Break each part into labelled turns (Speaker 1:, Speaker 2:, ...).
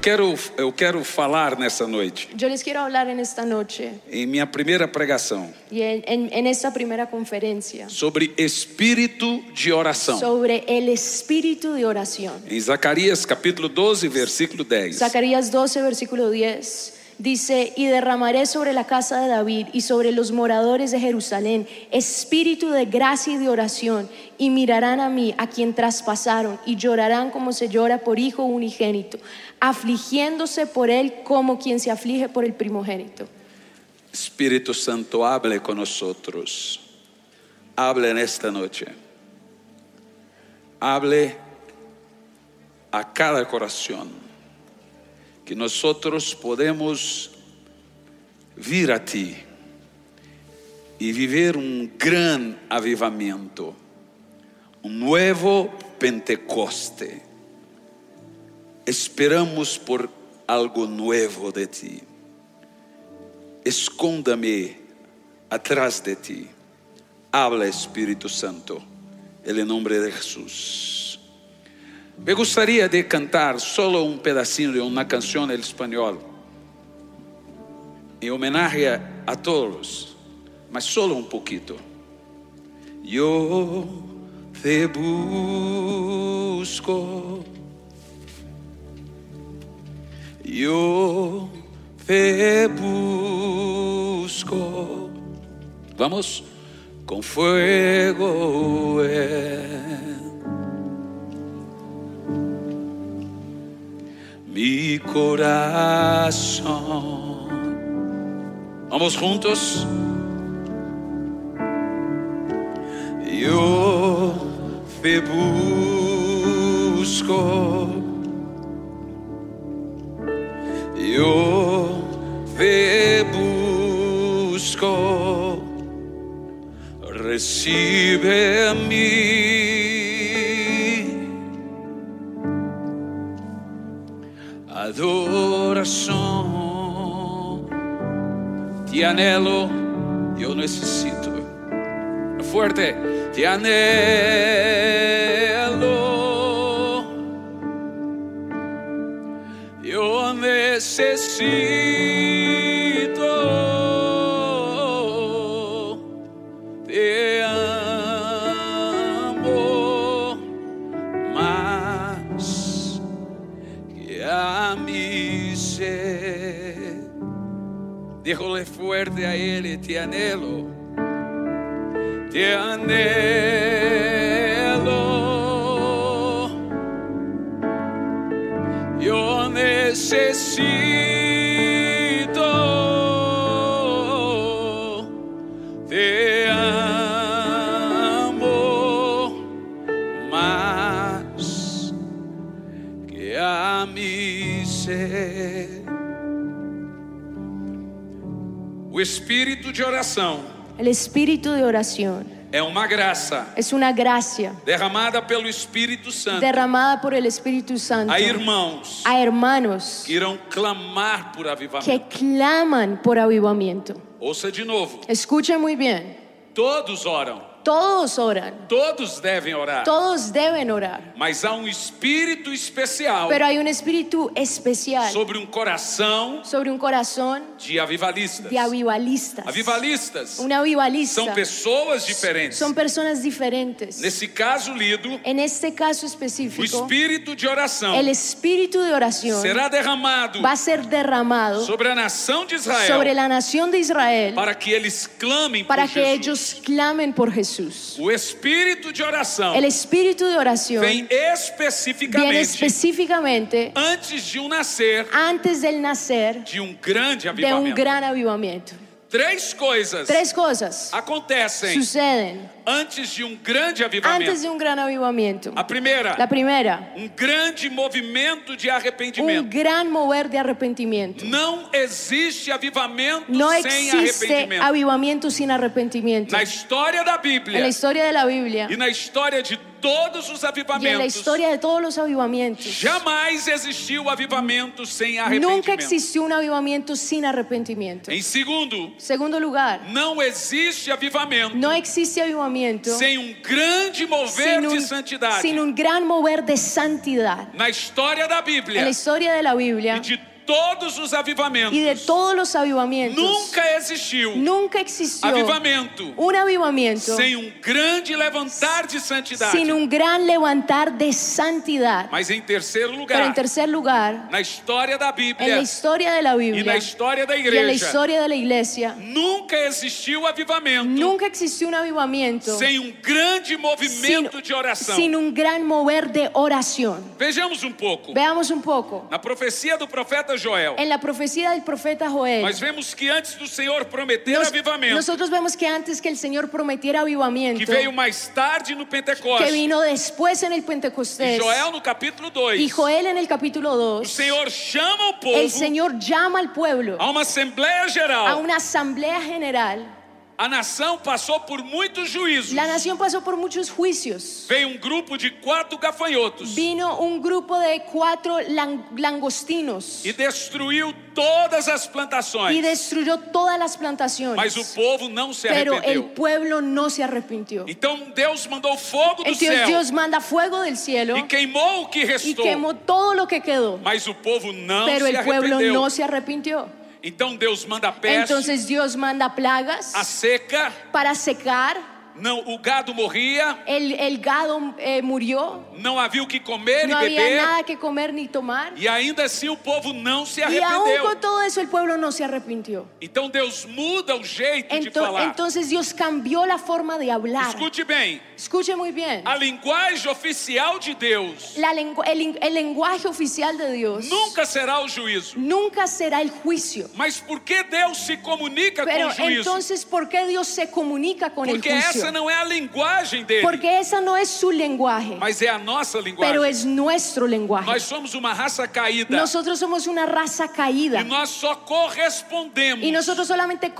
Speaker 1: quero, eu quero falar nessa noite,
Speaker 2: Yo les quiero hablar en esta noche
Speaker 1: em minha primeira pregação,
Speaker 2: y en, en- en esta primera conferencia
Speaker 1: sobre espírito de oração.
Speaker 2: sobre el espíritu de oración.
Speaker 1: Em Zacarias capítulo 12, versículo 10.
Speaker 2: Zacarías 12, versículo 10. Dice, y derramaré sobre la casa de David y sobre los moradores de Jerusalén espíritu de gracia y de oración, y mirarán a mí, a quien traspasaron, y llorarán como se llora por hijo unigénito, afligiéndose por él como quien se aflige por el primogénito.
Speaker 1: Espírito Santo, hable con nosotros. Hable nesta noite. Hable a cada coração. Que nosotros podemos vir a ti e viver um grande avivamento, um novo Pentecoste. Esperamos por algo novo de ti esconda-me atrás de ti. Habla, Espírito Santo, em nome de Jesus. Me gostaria de cantar solo um pedacinho de uma canção em espanhol, em homenagem a todos, mas solo um pouquito. Eu te busco. Yo te busco. Vamos con fuego. é. en Mi corazón. Vamos juntos. Yo te busco. Yo te busco, recibe a mí adoración. Te anhelo, yo necesito. Fuerte, te anhelo. Yo necesito. Te amo más que a mi ser. Díjole fuerte a él, te anhelo. Te anhelo. Yo necesito. Te amo más que a mi ser. O espírito de oração
Speaker 2: El espíritu de oración
Speaker 1: é uma graça
Speaker 2: es una gracia
Speaker 1: derramada pelo Espírito Santo
Speaker 2: derramada por el Espíritu Santo
Speaker 1: a irmãos
Speaker 2: a hermanos
Speaker 1: que irão clamar por avivamento.
Speaker 2: que claman por avivamiento.
Speaker 1: Ouça de novo.
Speaker 2: Escuchen muy bien,
Speaker 1: Todos oram,
Speaker 2: todos oran,
Speaker 1: todos devem orar,
Speaker 2: todos deben orar,
Speaker 1: mas há um espírito especial
Speaker 2: pero hay un espíritu especial
Speaker 1: sobre um coração
Speaker 2: sobre un corazón
Speaker 1: de avivalistas.
Speaker 2: de avivalistas.
Speaker 1: Avivalistas
Speaker 2: Un avivalista
Speaker 1: são pessoas diferentes.
Speaker 2: son personas diferentes.
Speaker 1: Nesse caso lido,
Speaker 2: En este caso
Speaker 1: o
Speaker 2: específico,
Speaker 1: espírito de oração
Speaker 2: el espíritu de oración
Speaker 1: será derramado
Speaker 2: va a ser derramado
Speaker 1: sobre a nação de Israel
Speaker 2: sobre la nación de Israel
Speaker 1: para que eles clamem
Speaker 2: para
Speaker 1: por
Speaker 2: que
Speaker 1: Jesus.
Speaker 2: ellos clamen por Jesús.
Speaker 1: O espírito de oração
Speaker 2: El espíritu de oración
Speaker 1: vem
Speaker 2: viene
Speaker 1: especificamente
Speaker 2: específicamente
Speaker 1: antes de um nascer
Speaker 2: antes del nacer
Speaker 1: de um grande
Speaker 2: de un
Speaker 1: avivamento.
Speaker 2: gran avivamiento.
Speaker 1: Três coisas
Speaker 2: Tres cosas
Speaker 1: acontecem
Speaker 2: suceden
Speaker 1: antes de um grande avivamento.
Speaker 2: antes de um un gran avivamiento.
Speaker 1: A primeira,
Speaker 2: La primera,
Speaker 1: um grande movimento de
Speaker 2: un
Speaker 1: arrependimento.
Speaker 2: gran mover de arrepentimiento.
Speaker 1: Não existe avivamento
Speaker 2: No
Speaker 1: sem
Speaker 2: existe
Speaker 1: arrependimento.
Speaker 2: avivamiento sin arrepentimiento.
Speaker 1: Na história da
Speaker 2: En la
Speaker 1: Bíblia
Speaker 2: historia de la Biblia
Speaker 1: e na história de todos os
Speaker 2: y en la
Speaker 1: avivamentos,
Speaker 2: historia de todos los avivamientos.
Speaker 1: jamais existiu avivamento sem
Speaker 2: Nunca
Speaker 1: arrependimento.
Speaker 2: existió un avivamiento sin arrepentimiento.
Speaker 1: Em segundo,
Speaker 2: Segundo lugar,
Speaker 1: não existe avivamento
Speaker 2: no existe avivamiento
Speaker 1: sem um grande mover de
Speaker 2: sin un,
Speaker 1: santidade
Speaker 2: sin un gran mover de santidad.
Speaker 1: na história da
Speaker 2: En la
Speaker 1: Bíblia
Speaker 2: historia de la
Speaker 1: e
Speaker 2: Biblia
Speaker 1: de todos os avivamentos.
Speaker 2: y de todos los avivamientos,
Speaker 1: Nunca existiu Um
Speaker 2: nunca existió
Speaker 1: avivamento
Speaker 2: un avivamiento
Speaker 1: sem um grande levantar de santidade.
Speaker 2: sin un gran levantar de santidad.
Speaker 1: Mas em terceiro
Speaker 2: Pero en
Speaker 1: lugar,
Speaker 2: tercer lugar,
Speaker 1: na história da
Speaker 2: en la
Speaker 1: Bíblia
Speaker 2: historia de la
Speaker 1: e na
Speaker 2: Biblia
Speaker 1: história da
Speaker 2: y en la
Speaker 1: igreja,
Speaker 2: historia de la iglesia,
Speaker 1: nunca existiu avivamento
Speaker 2: nunca existió un avivamiento
Speaker 1: sem um grande movimento de oração.
Speaker 2: sin un gran mover de oración.
Speaker 1: Vejamos um pouco.
Speaker 2: Veamos un poco.
Speaker 1: Na profecia do profeta Joel,
Speaker 2: En la profecía del profeta Joel,
Speaker 1: nós vemos que antes do Senhor prometer
Speaker 2: nos-
Speaker 1: avivamento,
Speaker 2: nosotros vemos que antes que el Señor prometiera
Speaker 1: que
Speaker 2: avivamiento,
Speaker 1: veio mais tarde no
Speaker 2: que
Speaker 1: Pentecostes,
Speaker 2: vino después en el
Speaker 1: e
Speaker 2: Pentecostés,
Speaker 1: Joel no capítulo
Speaker 2: y
Speaker 1: 2,
Speaker 2: Joel en el capítulo
Speaker 1: o
Speaker 2: 2,
Speaker 1: Senhor chama o
Speaker 2: el
Speaker 1: povo
Speaker 2: Señor llama al pueblo
Speaker 1: a uma assembleia
Speaker 2: a um-
Speaker 1: geral.
Speaker 2: una asamblea general.
Speaker 1: A nação passou por muitos juízos.
Speaker 2: La nación pasó por muchos juicios.
Speaker 1: Veio um grupo de quatro gafanhotos
Speaker 2: Vino un grupo de cuatro lan- langostinos
Speaker 1: e destruiu todas as
Speaker 2: y
Speaker 1: plantações.
Speaker 2: destruyó todas las
Speaker 1: Mas o
Speaker 2: plantaciones.
Speaker 1: povo não se
Speaker 2: Pero el
Speaker 1: arrependeu.
Speaker 2: pueblo no se arrepintió.
Speaker 1: Então Deus mandou fogo do
Speaker 2: Entonces
Speaker 1: céu
Speaker 2: Dios manda fuego del cielo
Speaker 1: e queimou o que
Speaker 2: y
Speaker 1: restou.
Speaker 2: quemó todo lo que quedó.
Speaker 1: Mas o povo não
Speaker 2: Pero
Speaker 1: se
Speaker 2: el pueblo no
Speaker 1: arrependeu.
Speaker 2: se arrepintió.
Speaker 1: Então Deus manda peste,
Speaker 2: Entonces Dios manda plagas
Speaker 1: a seca,
Speaker 2: para secar.
Speaker 1: não, o gado morria,
Speaker 2: El, el gado eh, murió.
Speaker 1: não havia o que comer
Speaker 2: No
Speaker 1: e beber,
Speaker 2: había nada que comer ni tomar.
Speaker 1: e ainda assim o povo não se
Speaker 2: Y aún
Speaker 1: arrependeu.
Speaker 2: con todo eso el pueblo no se arrepintió.
Speaker 1: Então Deus muda o jeito de
Speaker 2: Ento-
Speaker 1: falar.
Speaker 2: entonces Dios cambió la forma de hablar.
Speaker 1: Escute bem,
Speaker 2: Escuche muy bien.
Speaker 1: a linguagem oficial de Deus
Speaker 2: La lengu- el, in- el lenguaje oficial de Dios
Speaker 1: nunca será o juízo.
Speaker 2: nunca será el juicio.
Speaker 1: Mas por que Deus se comunica com
Speaker 2: Pero
Speaker 1: o juízo?
Speaker 2: entonces, ¿por qué Dios se comunica con
Speaker 1: Porque
Speaker 2: el
Speaker 1: essa
Speaker 2: juicio?
Speaker 1: não é a linguagem dele,
Speaker 2: Porque esa no es su lenguaje,
Speaker 1: mas é a nossa linguagem.
Speaker 2: pero es nuestro lenguaje.
Speaker 1: Nós somos uma raça caída
Speaker 2: Nosotros somos una raza
Speaker 1: e
Speaker 2: caída
Speaker 1: nós só correspondemos
Speaker 2: y nosotros solamente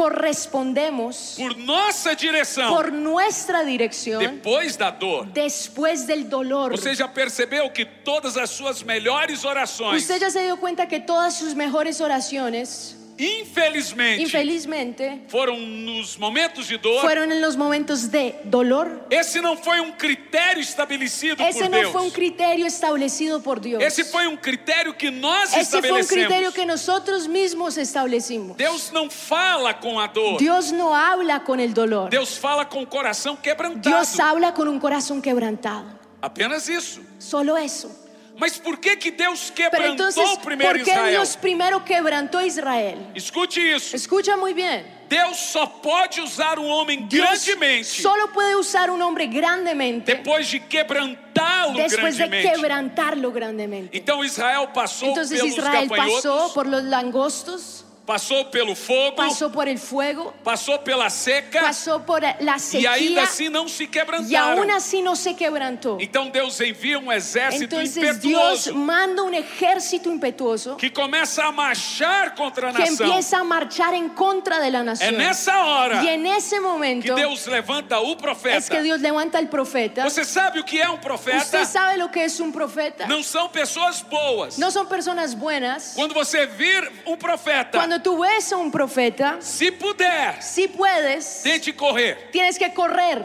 Speaker 2: correspondemos
Speaker 1: por nossa direção
Speaker 2: por nuestra dirección
Speaker 1: depois da dor.
Speaker 2: después del dolor.
Speaker 1: Você já percebeu que todas as suas melhores orações,
Speaker 2: Usted ya se dio cuenta que todas sus mejores oraciones,
Speaker 1: infelizmente,
Speaker 2: infelizmente,
Speaker 1: foram nos momentos de dor.
Speaker 2: fueron en los momentos de dolor.
Speaker 1: Esse não foi um critério estabelecido
Speaker 2: Ese
Speaker 1: por
Speaker 2: no
Speaker 1: Deus.
Speaker 2: fue un criterio establecido por Dios.
Speaker 1: Esse foi um critério que nós
Speaker 2: Ese fue un
Speaker 1: estabelecemos.
Speaker 2: criterio um que nosotros mismos establecimos.
Speaker 1: Deus não fala com a dor.
Speaker 2: Dios no habla con el dolor.
Speaker 1: Deus fala com o coração quebrantado.
Speaker 2: Dios habla con un corazón quebrantado.
Speaker 1: Apenas isso.
Speaker 2: Solo eso.
Speaker 1: Mas por que que Deus
Speaker 2: Pero
Speaker 1: quebrantou
Speaker 2: entonces,
Speaker 1: primeiro
Speaker 2: então, ¿por qué
Speaker 1: Israel?
Speaker 2: Dios primero quebrantó a Israel?
Speaker 1: Escute isso.
Speaker 2: Escucha muy bien.
Speaker 1: Deus só pode usar um homem
Speaker 2: Dios
Speaker 1: grandemente
Speaker 2: solo puede usar un hombre grandemente
Speaker 1: depois de quebrantá-lo
Speaker 2: después de
Speaker 1: grandemente.
Speaker 2: quebrantarlo grandemente.
Speaker 1: Então Israel passou
Speaker 2: Entonces
Speaker 1: pelos
Speaker 2: Israel
Speaker 1: gafanhotos,
Speaker 2: pasó por los langostos,
Speaker 1: passou pelo fogo,
Speaker 2: pasó por el fuego,
Speaker 1: passou pela seca
Speaker 2: pasó por la
Speaker 1: e ainda
Speaker 2: sequía
Speaker 1: assim não se
Speaker 2: y
Speaker 1: quebrantaram.
Speaker 2: aún así no se quebrantó.
Speaker 1: Então Deus envia um exército
Speaker 2: Entonces
Speaker 1: impetuoso
Speaker 2: Dios manda un ejército impetuoso
Speaker 1: que começa a marchar contra a
Speaker 2: que
Speaker 1: nação.
Speaker 2: empieza a marchar en contra de la
Speaker 1: É
Speaker 2: nación.
Speaker 1: nessa hora
Speaker 2: Y en ese
Speaker 1: que
Speaker 2: momento
Speaker 1: Deus levanta o profeta.
Speaker 2: es que Dios levanta al profeta.
Speaker 1: Você sabe o que é um profeta?
Speaker 2: ¿Usted sabe lo que es un profeta?
Speaker 1: Não são pessoas boas.
Speaker 2: No son personas buenas.
Speaker 1: Quando você vir um profeta,
Speaker 2: Cuando tú ves a un profeta,
Speaker 1: se puder,
Speaker 2: si puedes,
Speaker 1: tente correr.
Speaker 2: tienes que correr,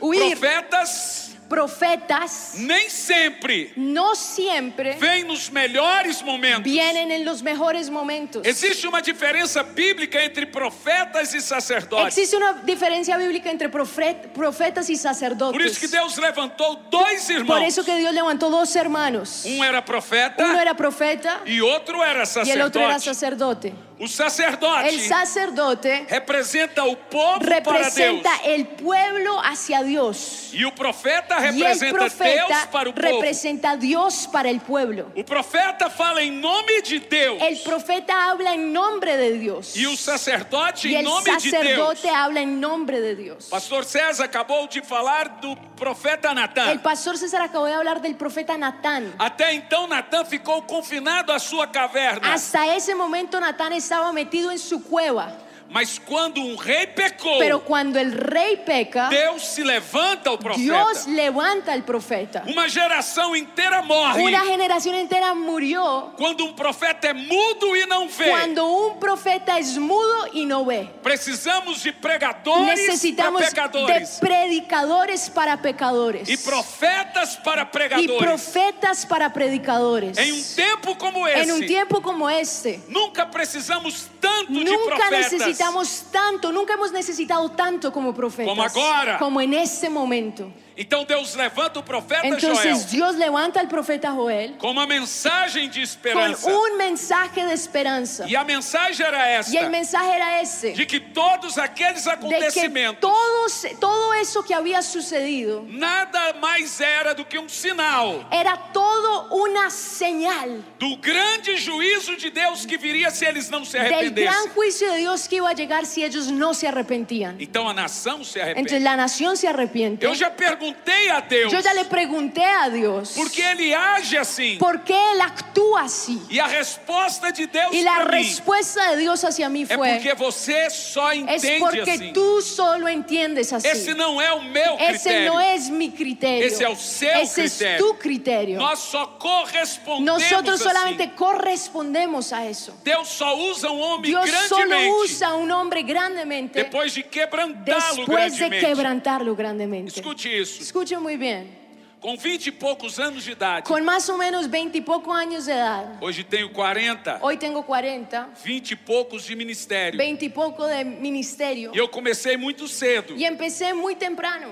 Speaker 2: huir.
Speaker 1: Profetas
Speaker 2: Profetas
Speaker 1: nem sempre
Speaker 2: no siempre
Speaker 1: vêm nos melhores momentos.
Speaker 2: vienen en los mejores momentos.
Speaker 1: Existe uma diferença bíblica entre profetas e sacerdotes.
Speaker 2: Existe una diferencia bíblica entre profet- profetas
Speaker 1: Por isso
Speaker 2: y
Speaker 1: que
Speaker 2: sacerdotes.
Speaker 1: Deus levantou dois
Speaker 2: Por
Speaker 1: irmãos.
Speaker 2: eso que Dios levantó dos hermanos.
Speaker 1: Um era profeta
Speaker 2: Uno era profeta
Speaker 1: e outro era
Speaker 2: y el otro era
Speaker 1: sacerdote.
Speaker 2: sacerdote.
Speaker 1: O sacerdote
Speaker 2: El sacerdote
Speaker 1: representa o povo para Deus.
Speaker 2: representa el pueblo hacia Dios.
Speaker 1: E o profeta
Speaker 2: Y el
Speaker 1: representa Deus
Speaker 2: profeta
Speaker 1: para o povo.
Speaker 2: representa a Dios para el pueblo.
Speaker 1: O profeta fala em nome de Deus.
Speaker 2: El profeta habla en nombre de Dios.
Speaker 1: E o sacerdote
Speaker 2: Y
Speaker 1: em
Speaker 2: el
Speaker 1: nome de Deus.
Speaker 2: sacerdote é- habla en nombre de Dios.
Speaker 1: Pastor César acabou de falar do profeta
Speaker 2: El
Speaker 1: Natan.
Speaker 2: pastor César acabó de hablar del profeta Natán.
Speaker 1: Até então Natan ficou confinado à sua caverna.
Speaker 2: Hasta ese momento Natán estaba metido en su cueva.
Speaker 1: Mas quando um rei pecou,
Speaker 2: Pero cuando el rey peca,
Speaker 1: Deus se levanta o profeta.
Speaker 2: Dios levanta al profeta.
Speaker 1: Uma geração inteira morre.
Speaker 2: Una generación entera murió
Speaker 1: Quando um profeta é mudo e não vê.
Speaker 2: cuando un profeta es mudo y no ve.
Speaker 1: Precisamos de pregadores para
Speaker 2: Necesitamos de
Speaker 1: pecadores.
Speaker 2: predicadores para pecadores
Speaker 1: E profetas para
Speaker 2: y
Speaker 1: pregadores.
Speaker 2: profetas para predicadores.
Speaker 1: Em um tempo como
Speaker 2: En un
Speaker 1: esse,
Speaker 2: tiempo como este,
Speaker 1: nunca precisamos tanto de
Speaker 2: nunca
Speaker 1: profetas.
Speaker 2: necesitamos tanto, nunca hemos necesitado tanto como profetas,
Speaker 1: Como ahora.
Speaker 2: como en este momento.
Speaker 1: Então Deus levanta o
Speaker 2: Então,
Speaker 1: profeta Este Joel
Speaker 2: Entonces Dios levanta al profeta Joel
Speaker 1: com uma mensagem de
Speaker 2: con
Speaker 1: esperança.
Speaker 2: un mensaje de esperanza.
Speaker 1: E a mensagem era
Speaker 2: Y el
Speaker 1: esta:
Speaker 2: mensaje era ese,
Speaker 1: de que todos aqueles
Speaker 2: de que
Speaker 1: acontecimentos
Speaker 2: todos, todo eso que había sucedido
Speaker 1: nada mais era do que um sinal
Speaker 2: era todo una señal
Speaker 1: do grande juízo de Deus que viria se eles não se
Speaker 2: del gran
Speaker 1: arrependessem.
Speaker 2: juicio de Dios que iba a llegar si ellos no se arrepentían.
Speaker 1: Então a nação se
Speaker 2: Entonces
Speaker 1: arrepende.
Speaker 2: la nación se arrepiente.
Speaker 1: Eu já perguntei a Deus
Speaker 2: Yo ya le pregunté a Dios
Speaker 1: por que ele age assim.
Speaker 2: por qué él actúa así.
Speaker 1: E a resposta de Deus
Speaker 2: Y la
Speaker 1: para mim
Speaker 2: respuesta de Dios hacia mí
Speaker 1: é
Speaker 2: fue,
Speaker 1: porque você só
Speaker 2: es
Speaker 1: entende
Speaker 2: porque
Speaker 1: assim.
Speaker 2: tú solo entiendes
Speaker 1: Esse
Speaker 2: así.
Speaker 1: não é o meu
Speaker 2: Ese no
Speaker 1: critério.
Speaker 2: es mi criterio.
Speaker 1: Ese es el seu
Speaker 2: Ese es
Speaker 1: criterio.
Speaker 2: tu criterio.
Speaker 1: Nós só correspondemos
Speaker 2: Nosotros solamente
Speaker 1: assim.
Speaker 2: correspondemos a eso.
Speaker 1: Deus só usa um homem
Speaker 2: Dios
Speaker 1: grandemente
Speaker 2: solo usa a un hombre grandemente
Speaker 1: depois de quebrantá-lo
Speaker 2: después de
Speaker 1: grandemente.
Speaker 2: quebrantarlo grandemente.
Speaker 1: Escute isso.
Speaker 2: Escuche muy bien.
Speaker 1: Com 20 e poucos anos de idade,
Speaker 2: Con más o menos 20 y poco años de edad,
Speaker 1: hoje tenho 40,
Speaker 2: hoy tengo 40,
Speaker 1: 20 e poucos de ministério.
Speaker 2: 20 y poco de ministerio
Speaker 1: E eu comecei muito cedo.
Speaker 2: y empecé muy temprano.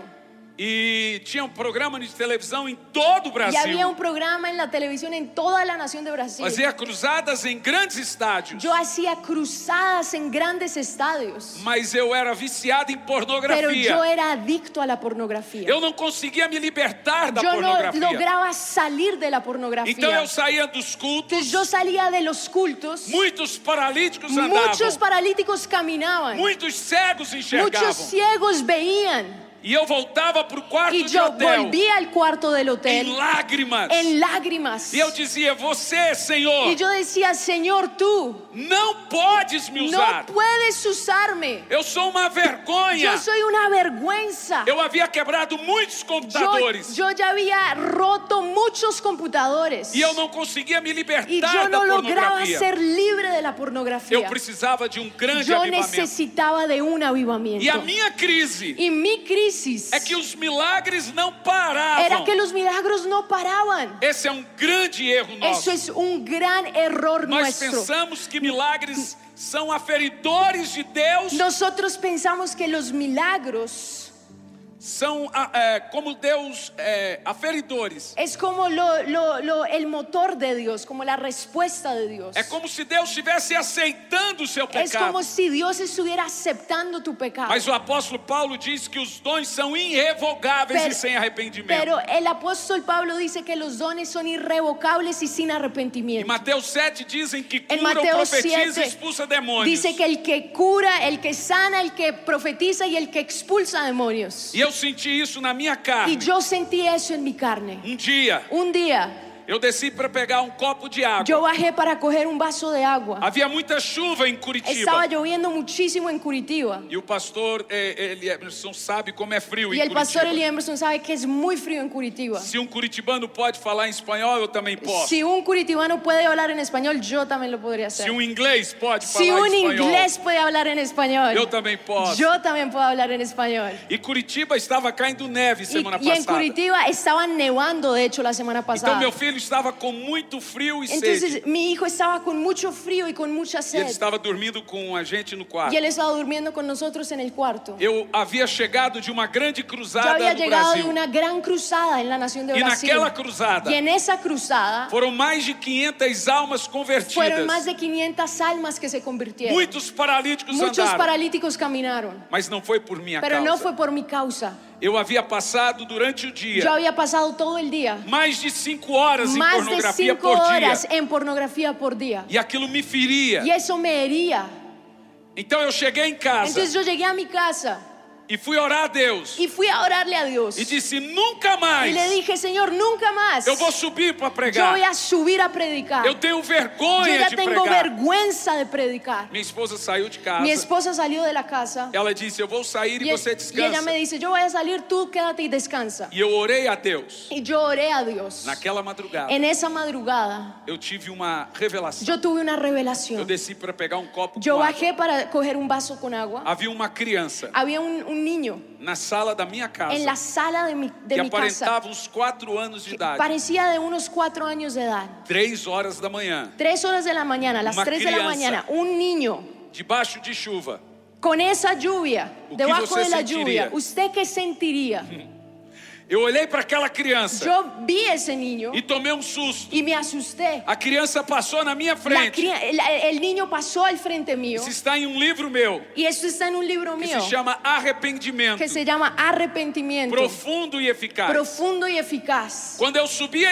Speaker 1: E tinha um programa de televisão em todo o
Speaker 2: Y había un
Speaker 1: Brasil.
Speaker 2: programa en la televisión en toda la nación de Brasil.
Speaker 1: Fazia cruzadas em grandes estádios.
Speaker 2: Yo hacía cruzadas en grandes estadios,
Speaker 1: Mas eu era viciado em
Speaker 2: pero yo
Speaker 1: pornografia.
Speaker 2: era adicto a la pornografía.
Speaker 1: Eu não conseguia me libertar da
Speaker 2: Yo no
Speaker 1: pornografia.
Speaker 2: lograba salir de la
Speaker 1: Então
Speaker 2: pornografía.
Speaker 1: eu saía dos cultos,
Speaker 2: Entonces yo salía de los cultos,
Speaker 1: muitos paralíticos
Speaker 2: muchos
Speaker 1: andavam,
Speaker 2: paralíticos caminaban,
Speaker 1: muitos cegos
Speaker 2: muchos
Speaker 1: enxergavam.
Speaker 2: ciegos veían.
Speaker 1: E eu voltava para o quarto
Speaker 2: Y
Speaker 1: de
Speaker 2: yo
Speaker 1: hotel
Speaker 2: volvía al cuarto del
Speaker 1: em
Speaker 2: hotel
Speaker 1: lágrimas.
Speaker 2: en lágrimas.
Speaker 1: E eu dizia: Você, Senhor,
Speaker 2: Y yo decía, Señor, tú
Speaker 1: um não podes me
Speaker 2: no
Speaker 1: usar.
Speaker 2: puedes usarme.
Speaker 1: Eu sou uma vergonha.
Speaker 2: Yo soy una vergüenza.
Speaker 1: Eu havia quebrado muitos
Speaker 2: Yo,
Speaker 1: computadores
Speaker 2: yo ya había roto muchos computadores.
Speaker 1: um e um eu não conseguia me
Speaker 2: Y
Speaker 1: libertar
Speaker 2: yo
Speaker 1: da
Speaker 2: no lograba
Speaker 1: pornografia.
Speaker 2: ser libre de la
Speaker 1: Eu
Speaker 2: pornografía.
Speaker 1: precisava de um grande
Speaker 2: Yo
Speaker 1: avivamento.
Speaker 2: necesitaba de un avivamiento.
Speaker 1: E a minha crise
Speaker 2: Y mi crisis
Speaker 1: é que os milagres não paravam.
Speaker 2: era que los milagros no paraban.
Speaker 1: Esse é um grande erro
Speaker 2: Eso
Speaker 1: nosso.
Speaker 2: es un gran error
Speaker 1: Nós
Speaker 2: nuestro.
Speaker 1: pensamos que milagres são aferidores de Deus,
Speaker 2: Nosotros pensamos que los milagros
Speaker 1: são ah, é, como Deus é, aferidores.
Speaker 2: es como lo- lo- lo- el motor de Dios, como la respuesta de Dios.
Speaker 1: É como se Deus estivesse aceitando o seu
Speaker 2: Es
Speaker 1: pecado.
Speaker 2: É como si Dios estuviera aceptando tu pecado.
Speaker 1: Mas o apóstolo Paulo diz que os dons são irrevogáveis
Speaker 2: Pero-
Speaker 1: e sem arrependimento.
Speaker 2: Pero el apóstol Pablo dice que los dones son irrevocables y sin
Speaker 1: Em
Speaker 2: arrepentimiento.
Speaker 1: Mateus 7 dizem que
Speaker 2: En
Speaker 1: cura,
Speaker 2: Mateo
Speaker 1: profetiza e
Speaker 2: 7
Speaker 1: expulsa demônios.
Speaker 2: dice que é el que cura, el que sana, el que profetiza y el que expulsa demonios.
Speaker 1: E eu senti isso na minha
Speaker 2: Y
Speaker 1: carne.
Speaker 2: yo sentí eso en mi carne.
Speaker 1: Um dia,
Speaker 2: Un día
Speaker 1: eu desci para pegar um copo de água.
Speaker 2: yo bajé para coger un vaso de agua.
Speaker 1: Havia muita chuva
Speaker 2: É
Speaker 1: em Curitiba.
Speaker 2: Estaba lloviendo muchísimo en Curitiba.
Speaker 1: E o pastor eh, ele Emerson sabe como é frio
Speaker 2: Y
Speaker 1: em
Speaker 2: el pastor é- Eli
Speaker 1: Curitiba.
Speaker 2: Emerson sabe que es muy frío en Curitiba.
Speaker 1: Se um curitibano pode falar em espanhol, eu também posso.
Speaker 2: Si un curitibano puede hablar en español, yo también lo podría
Speaker 1: Se
Speaker 2: hacer.
Speaker 1: um inglês pode
Speaker 2: Si
Speaker 1: falar
Speaker 2: un
Speaker 1: em espanhol,
Speaker 2: inglés puede hablar en español,
Speaker 1: eu também posso.
Speaker 2: Yo también puedo hablar en español.
Speaker 1: E Curitiba estava caindo neve
Speaker 2: Y,
Speaker 1: semana
Speaker 2: y en
Speaker 1: passada.
Speaker 2: Curitiba estaba nevando, de hecho, la semana
Speaker 1: Então
Speaker 2: pasada.
Speaker 1: meu filho estava com muito frio e sede.
Speaker 2: Entonces mi hijo estaba con mucho frío y con mucha
Speaker 1: E ele
Speaker 2: sed.
Speaker 1: estava dormindo com a gente no quarto.
Speaker 2: Y él estaba durmiendo con nosotros en el cuarto.
Speaker 1: Eu havia chegado de uma grande
Speaker 2: Ya
Speaker 1: cruzada
Speaker 2: había
Speaker 1: no
Speaker 2: llegado de
Speaker 1: Brasil.
Speaker 2: una gran cruzada en la nación de
Speaker 1: E
Speaker 2: Brasil.
Speaker 1: naquela cruzada
Speaker 2: Y en esa cruzada
Speaker 1: foram mais de 500 almas
Speaker 2: fueron más
Speaker 1: convertidas.
Speaker 2: de 500 almas que se convirtieron.
Speaker 1: Muitos paralíticos
Speaker 2: Muchos
Speaker 1: andaram.
Speaker 2: paralíticos caminaron.
Speaker 1: Mas não foi por minha
Speaker 2: Pero no
Speaker 1: causa.
Speaker 2: fue por mi causa.
Speaker 1: Eu havia passado durante o
Speaker 2: Yo
Speaker 1: dia
Speaker 2: había pasado todo el día,
Speaker 1: mais de cinco horas em
Speaker 2: más de
Speaker 1: pornografia
Speaker 2: cinco
Speaker 1: por dia.
Speaker 2: horas en pornografía por día.
Speaker 1: E aquilo me feria.
Speaker 2: Y eso me hería.
Speaker 1: Então eu cheguei em casa
Speaker 2: Entonces yo llegué a mi casa
Speaker 1: E fui orar a Deus.
Speaker 2: Y fui a orarle a Dios.
Speaker 1: E disse: nunca
Speaker 2: Y
Speaker 1: mais
Speaker 2: le dije, Señor, nunca más.
Speaker 1: eu vou subir para
Speaker 2: Yo
Speaker 1: pregar.
Speaker 2: voy a subir a predicar.
Speaker 1: Eu tenho vergonha
Speaker 2: Yo ya
Speaker 1: de
Speaker 2: tengo
Speaker 1: pregar.
Speaker 2: vergüenza de predicar.
Speaker 1: Minha esposa saiu de
Speaker 2: Mi
Speaker 1: casa.
Speaker 2: esposa é salió de la casa
Speaker 1: Ela disse: Eu vou sair e,
Speaker 2: y,
Speaker 1: você
Speaker 2: y ella
Speaker 1: descansa.
Speaker 2: me dice, yo voy a salir, tú quédate y descansa.
Speaker 1: E eu orei a Deus.
Speaker 2: Y yo oré a Dios.
Speaker 1: Naquela madrugada,
Speaker 2: En esa madrugada,
Speaker 1: eu tive uma revelação.
Speaker 2: yo tuve una
Speaker 1: Eu
Speaker 2: revelación.
Speaker 1: desci para pegar um copo.
Speaker 2: Yo
Speaker 1: com água.
Speaker 2: bajé para coger un vaso con agua.
Speaker 1: Havia uma criança
Speaker 2: Había un, un niño
Speaker 1: na sala da minha casa
Speaker 2: en Ah. la sala de mi,
Speaker 1: que
Speaker 2: de mi casa.
Speaker 1: aparentava uns 4 anos de
Speaker 2: que
Speaker 1: idade.
Speaker 2: Parecía de unos cuatro años de edad.
Speaker 1: 3 horas da manhã,
Speaker 2: Tres horas de la mañana, a las
Speaker 1: Una
Speaker 2: tres de la
Speaker 1: crianza.
Speaker 2: mañana, un niño
Speaker 1: debaixo de chuva.
Speaker 2: con esa lluvia,
Speaker 1: ¿Qué
Speaker 2: debajo
Speaker 1: usted
Speaker 2: de la
Speaker 1: sentiría?
Speaker 2: lluvia, ¿usted qué sentiría?
Speaker 1: Eu olhei para aquela criança
Speaker 2: Yo vi ese niño
Speaker 1: e tomei um susto.
Speaker 2: y me asusté.
Speaker 1: A criança passou na minha
Speaker 2: La
Speaker 1: frente.
Speaker 2: cría- el, el niño pasó al frente mío
Speaker 1: Isso está em um livro meu
Speaker 2: y esto está en un libro
Speaker 1: que
Speaker 2: mío
Speaker 1: se chama Arrependimento
Speaker 2: que se llama Arrepentimiento
Speaker 1: Profundo e Eficaz.
Speaker 2: Profundo y Eficaz.
Speaker 1: Quando eu subi a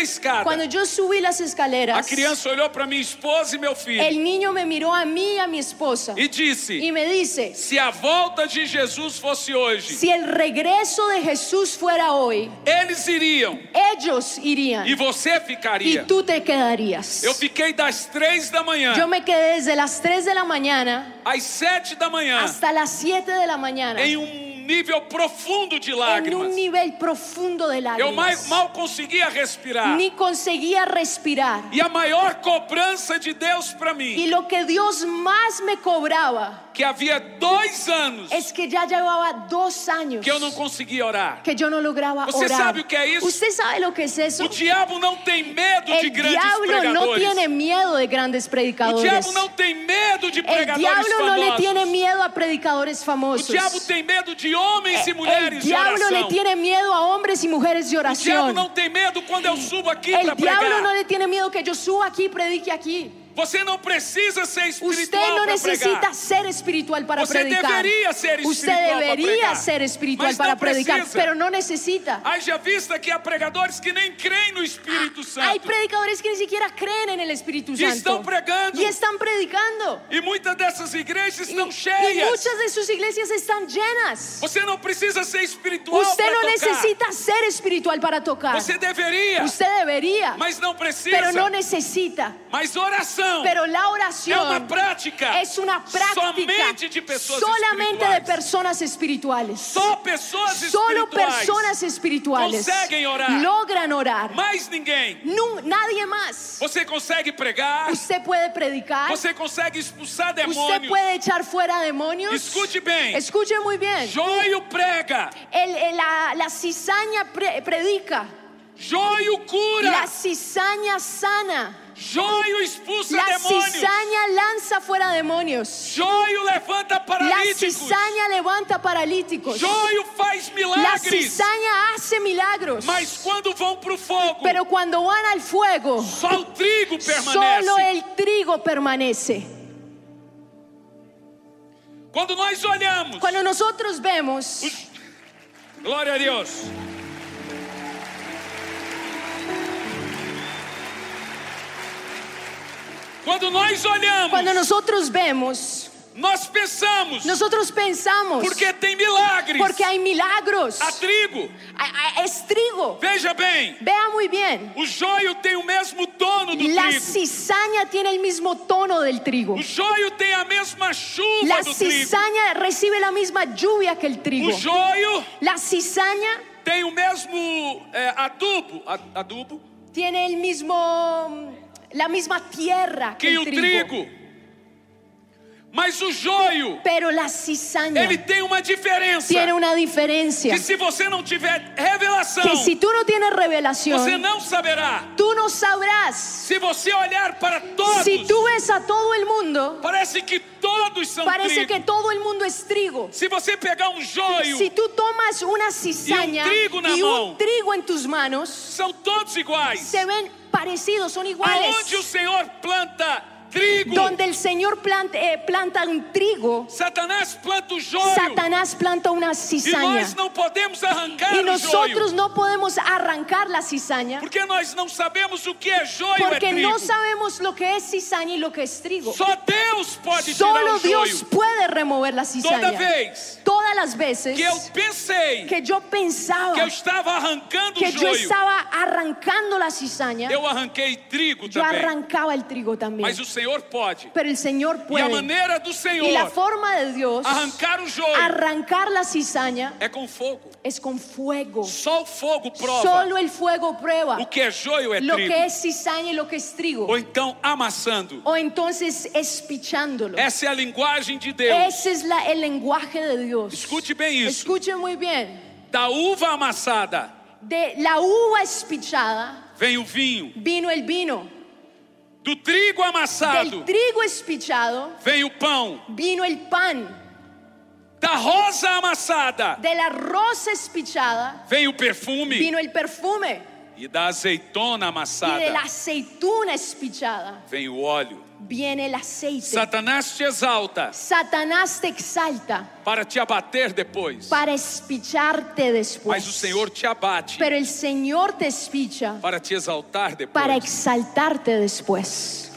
Speaker 1: escada,
Speaker 2: Cuando yo subí las
Speaker 1: a
Speaker 2: escaleras,
Speaker 1: criança olhou para minha esposa e meu filho
Speaker 2: el niño me miró a mí y a mi esposa
Speaker 1: e
Speaker 2: y
Speaker 1: disse:
Speaker 2: me dice,
Speaker 1: Se a volta de Jesus fosse hoje,
Speaker 2: si el regreso de Jesús fuera hoy,
Speaker 1: eles iriam
Speaker 2: ellos irían
Speaker 1: e você
Speaker 2: y
Speaker 1: ficaria.
Speaker 2: tú te quedarías.
Speaker 1: Eu fiquei das três da
Speaker 2: Yo
Speaker 1: manhã
Speaker 2: me quedé desde las 3 de la mañana
Speaker 1: às sete da manhã
Speaker 2: hasta las 7 de la mañana
Speaker 1: em um nível profundo de
Speaker 2: en un
Speaker 1: lágrimas.
Speaker 2: nivel profundo de
Speaker 1: Eu mai-
Speaker 2: lágrimas.
Speaker 1: mal conseguia respirar.
Speaker 2: Ni conseguía respirar.
Speaker 1: E a maior cobrança de Deus para
Speaker 2: Y
Speaker 1: mim,
Speaker 2: lo que Dios más me cobraba
Speaker 1: que havia dois anos
Speaker 2: es que ya llevaba dos años
Speaker 1: que eu não conseguia orar.
Speaker 2: que yo no lograba
Speaker 1: Você
Speaker 2: orar.
Speaker 1: sabe o que é isso?
Speaker 2: ¿Usted sabe lo que es eso?
Speaker 1: O diabo não tem medo de
Speaker 2: El
Speaker 1: grandes
Speaker 2: diablo no
Speaker 1: pregadores.
Speaker 2: tiene miedo de grandes
Speaker 1: O
Speaker 2: predicadores.
Speaker 1: diabo não tem medo de
Speaker 2: El
Speaker 1: pregadores
Speaker 2: diablo no le tiene
Speaker 1: famosos.
Speaker 2: miedo a predicadores
Speaker 1: O
Speaker 2: famosos.
Speaker 1: diabo tem medo de homens e
Speaker 2: El
Speaker 1: mulheres de
Speaker 2: diablo le
Speaker 1: oração.
Speaker 2: tiene miedo a hombres y mujeres de
Speaker 1: O diabo
Speaker 2: oración.
Speaker 1: não tem medo quando eu subo aqui para
Speaker 2: El diablo
Speaker 1: pregar.
Speaker 2: no le tiene miedo que yo suba aquí y predique aquí.
Speaker 1: Você não precisa ser espiritual
Speaker 2: Usted no
Speaker 1: para
Speaker 2: necesita
Speaker 1: pregar.
Speaker 2: ser espiritual para
Speaker 1: Usted
Speaker 2: predicar.
Speaker 1: debería ser espiritual
Speaker 2: Usted
Speaker 1: para
Speaker 2: debería
Speaker 1: pregar.
Speaker 2: ser espiritual
Speaker 1: Mas
Speaker 2: para
Speaker 1: no
Speaker 2: predicar,
Speaker 1: precisa.
Speaker 2: pero no necesita.
Speaker 1: Haja vista que há pregadores que nem creem no Espírito
Speaker 2: Hay
Speaker 1: Santo.
Speaker 2: predicadores que ni siquiera creen en el Espíritu
Speaker 1: Y
Speaker 2: Santo.
Speaker 1: están pregando.
Speaker 2: Y están predicando.
Speaker 1: E muitas dessas igrejas
Speaker 2: Y,
Speaker 1: estão
Speaker 2: y
Speaker 1: cheias.
Speaker 2: muchas de sus iglesias están llenas.
Speaker 1: Você não precisa ser espiritual
Speaker 2: Usted
Speaker 1: para
Speaker 2: no
Speaker 1: tocar.
Speaker 2: necesita ser espiritual para tocar.
Speaker 1: Você deveria,
Speaker 2: Usted debería,
Speaker 1: mas não precisa.
Speaker 2: pero no necesita.
Speaker 1: Mas oração
Speaker 2: Pero la
Speaker 1: é uma
Speaker 2: oración
Speaker 1: prática.
Speaker 2: es una práctica
Speaker 1: somente de pessoas
Speaker 2: solamente de
Speaker 1: espirituais.
Speaker 2: personas espirituales.
Speaker 1: Só pessoas
Speaker 2: Solo
Speaker 1: espirituais.
Speaker 2: personas espirituales
Speaker 1: Conseguem orar.
Speaker 2: logran orar.
Speaker 1: Mais ninguém.
Speaker 2: Nu- nadie más.
Speaker 1: Você consegue pregar.
Speaker 2: Usted puede predicar.
Speaker 1: Você consegue expulsar
Speaker 2: Usted
Speaker 1: demônios.
Speaker 2: puede echar fuera demonios.
Speaker 1: Escute bem.
Speaker 2: Escuche muy bien.
Speaker 1: Joio prega.
Speaker 2: El- el- la, la cizaña pre- predica.
Speaker 1: Joio cura.
Speaker 2: La cizaña sana.
Speaker 1: Joio expulsa
Speaker 2: La
Speaker 1: demônios.
Speaker 2: cizaña lanza fuera demonios.
Speaker 1: Joio levanta
Speaker 2: La
Speaker 1: paralíticos.
Speaker 2: cizaña levanta paralíticos.
Speaker 1: Joio faz
Speaker 2: La
Speaker 1: milagres.
Speaker 2: cizaña hace milagros.
Speaker 1: Mas quando vão pro fogo,
Speaker 2: Pero cuando van al fuego,
Speaker 1: só o trigo permanece.
Speaker 2: Solo el trigo permanece.
Speaker 1: Quando nós olhamos,
Speaker 2: Cuando nosotros vemos,
Speaker 1: os- glória a Deus. Quando nós olhamos,
Speaker 2: cuando nosotros vemos,
Speaker 1: nós pensamos,
Speaker 2: nosotros pensamos
Speaker 1: porque tem milagres.
Speaker 2: porque hay milagros.
Speaker 1: A trigo,
Speaker 2: A- a- Es trigo.
Speaker 1: veja bem,
Speaker 2: Vea muy bien.
Speaker 1: o joio tem o mesmo dono do
Speaker 2: La
Speaker 1: trigo.
Speaker 2: cizaña tiene el mismo tono del trigo.
Speaker 1: O joio tem a mesma chuva
Speaker 2: La
Speaker 1: do trigo.
Speaker 2: cizaña recibe la misma lluvia que el
Speaker 1: O
Speaker 2: trigo.
Speaker 1: joio
Speaker 2: La cizaña
Speaker 1: tem o mesmo é, adubo, a- adubo
Speaker 2: tiene el mismo la misma tierra que
Speaker 1: que o
Speaker 2: el trigo.
Speaker 1: trigo. Mas o joio,
Speaker 2: Pero la cizaña
Speaker 1: ele tem uma diferença.
Speaker 2: tiene una diferencia.
Speaker 1: Que se você não tiver revelação,
Speaker 2: que si tú no tienes
Speaker 1: você
Speaker 2: revelación,
Speaker 1: não saberá.
Speaker 2: tú no sabrás.
Speaker 1: Se você olhar para todos,
Speaker 2: Si tú ves a todo el mundo,
Speaker 1: parece que todos são trigo.
Speaker 2: parece que todo el mundo es trigo.
Speaker 1: Se você pegar um joio,
Speaker 2: Si tú tomas una cizaña
Speaker 1: Y un trigo en la
Speaker 2: y un
Speaker 1: mão.
Speaker 2: trigo en tus manos,
Speaker 1: são todos iguais.
Speaker 2: se é ven parecidos, son
Speaker 1: Aonde o
Speaker 2: iguales.
Speaker 1: Senhor planta trigo,
Speaker 2: Donde el Señor planta, eh, planta un trigo,
Speaker 1: Satanás planta o joio.
Speaker 2: é? Satanás planta una
Speaker 1: E
Speaker 2: cizaña.
Speaker 1: nós não podemos arrancar
Speaker 2: Y
Speaker 1: o joio.
Speaker 2: nosotros no podemos arrancar la cizaña
Speaker 1: Porque nós não sabemos o que é joio é
Speaker 2: porque
Speaker 1: trigo.
Speaker 2: no sabemos lo que es cizaña y lo que es trigo.
Speaker 1: Só Deus pode tirar
Speaker 2: Solo
Speaker 1: o joio.
Speaker 2: Dios puede remover la
Speaker 1: Toda
Speaker 2: cizaña.
Speaker 1: vez
Speaker 2: Todas todas las veces
Speaker 1: que eu pensei
Speaker 2: que yo pensaba
Speaker 1: que eu estava arrancando o
Speaker 2: que yo
Speaker 1: joio,
Speaker 2: estaba arrancando la cizaña,
Speaker 1: eu arranquei trigo
Speaker 2: yo
Speaker 1: também.
Speaker 2: arrancaba el trigo también.
Speaker 1: Mas o Senhor pode.
Speaker 2: Pero el Señor
Speaker 1: E a
Speaker 2: puede.
Speaker 1: maneira do
Speaker 2: Y
Speaker 1: Senhor
Speaker 2: la forma de Dios,
Speaker 1: arrancar o joio
Speaker 2: arrancar la cizaña,
Speaker 1: é com fogo.
Speaker 2: es con fuego.
Speaker 1: Só o fogo prova
Speaker 2: Solo el fuego prueba
Speaker 1: o que é joio é
Speaker 2: lo que
Speaker 1: trigo.
Speaker 2: es cizaña y lo que es trigo.
Speaker 1: Ou então amassando.
Speaker 2: O entonces es pichándolo.
Speaker 1: Essa é a linguagem de Deus.
Speaker 2: Ese es la- el lenguaje de Dios.
Speaker 1: Escute bem isso.
Speaker 2: Escuchen muy bien.
Speaker 1: Da uva amassada
Speaker 2: De la uva es pichada,
Speaker 1: vem o vinho.
Speaker 2: vino el vino.
Speaker 1: Do trigo
Speaker 2: Del
Speaker 1: amassado
Speaker 2: trigo es pichado,
Speaker 1: vem o pão.
Speaker 2: vino el pan.
Speaker 1: Da rosa amassada
Speaker 2: De la rosa es pichada,
Speaker 1: vem o perfume.
Speaker 2: vino el perfume.
Speaker 1: E da azeitona
Speaker 2: Y de la
Speaker 1: amassada
Speaker 2: aceituna es pichada,
Speaker 1: vem o óleo.
Speaker 2: viene el aceite.
Speaker 1: Satanás te exalta
Speaker 2: Satanás te exalta
Speaker 1: para te abater depois.
Speaker 2: para espicharte
Speaker 1: Mas o
Speaker 2: después.
Speaker 1: Senhor te abate
Speaker 2: Pero el Señor te espicha
Speaker 1: para te exaltar depois.
Speaker 2: para exaltarte después.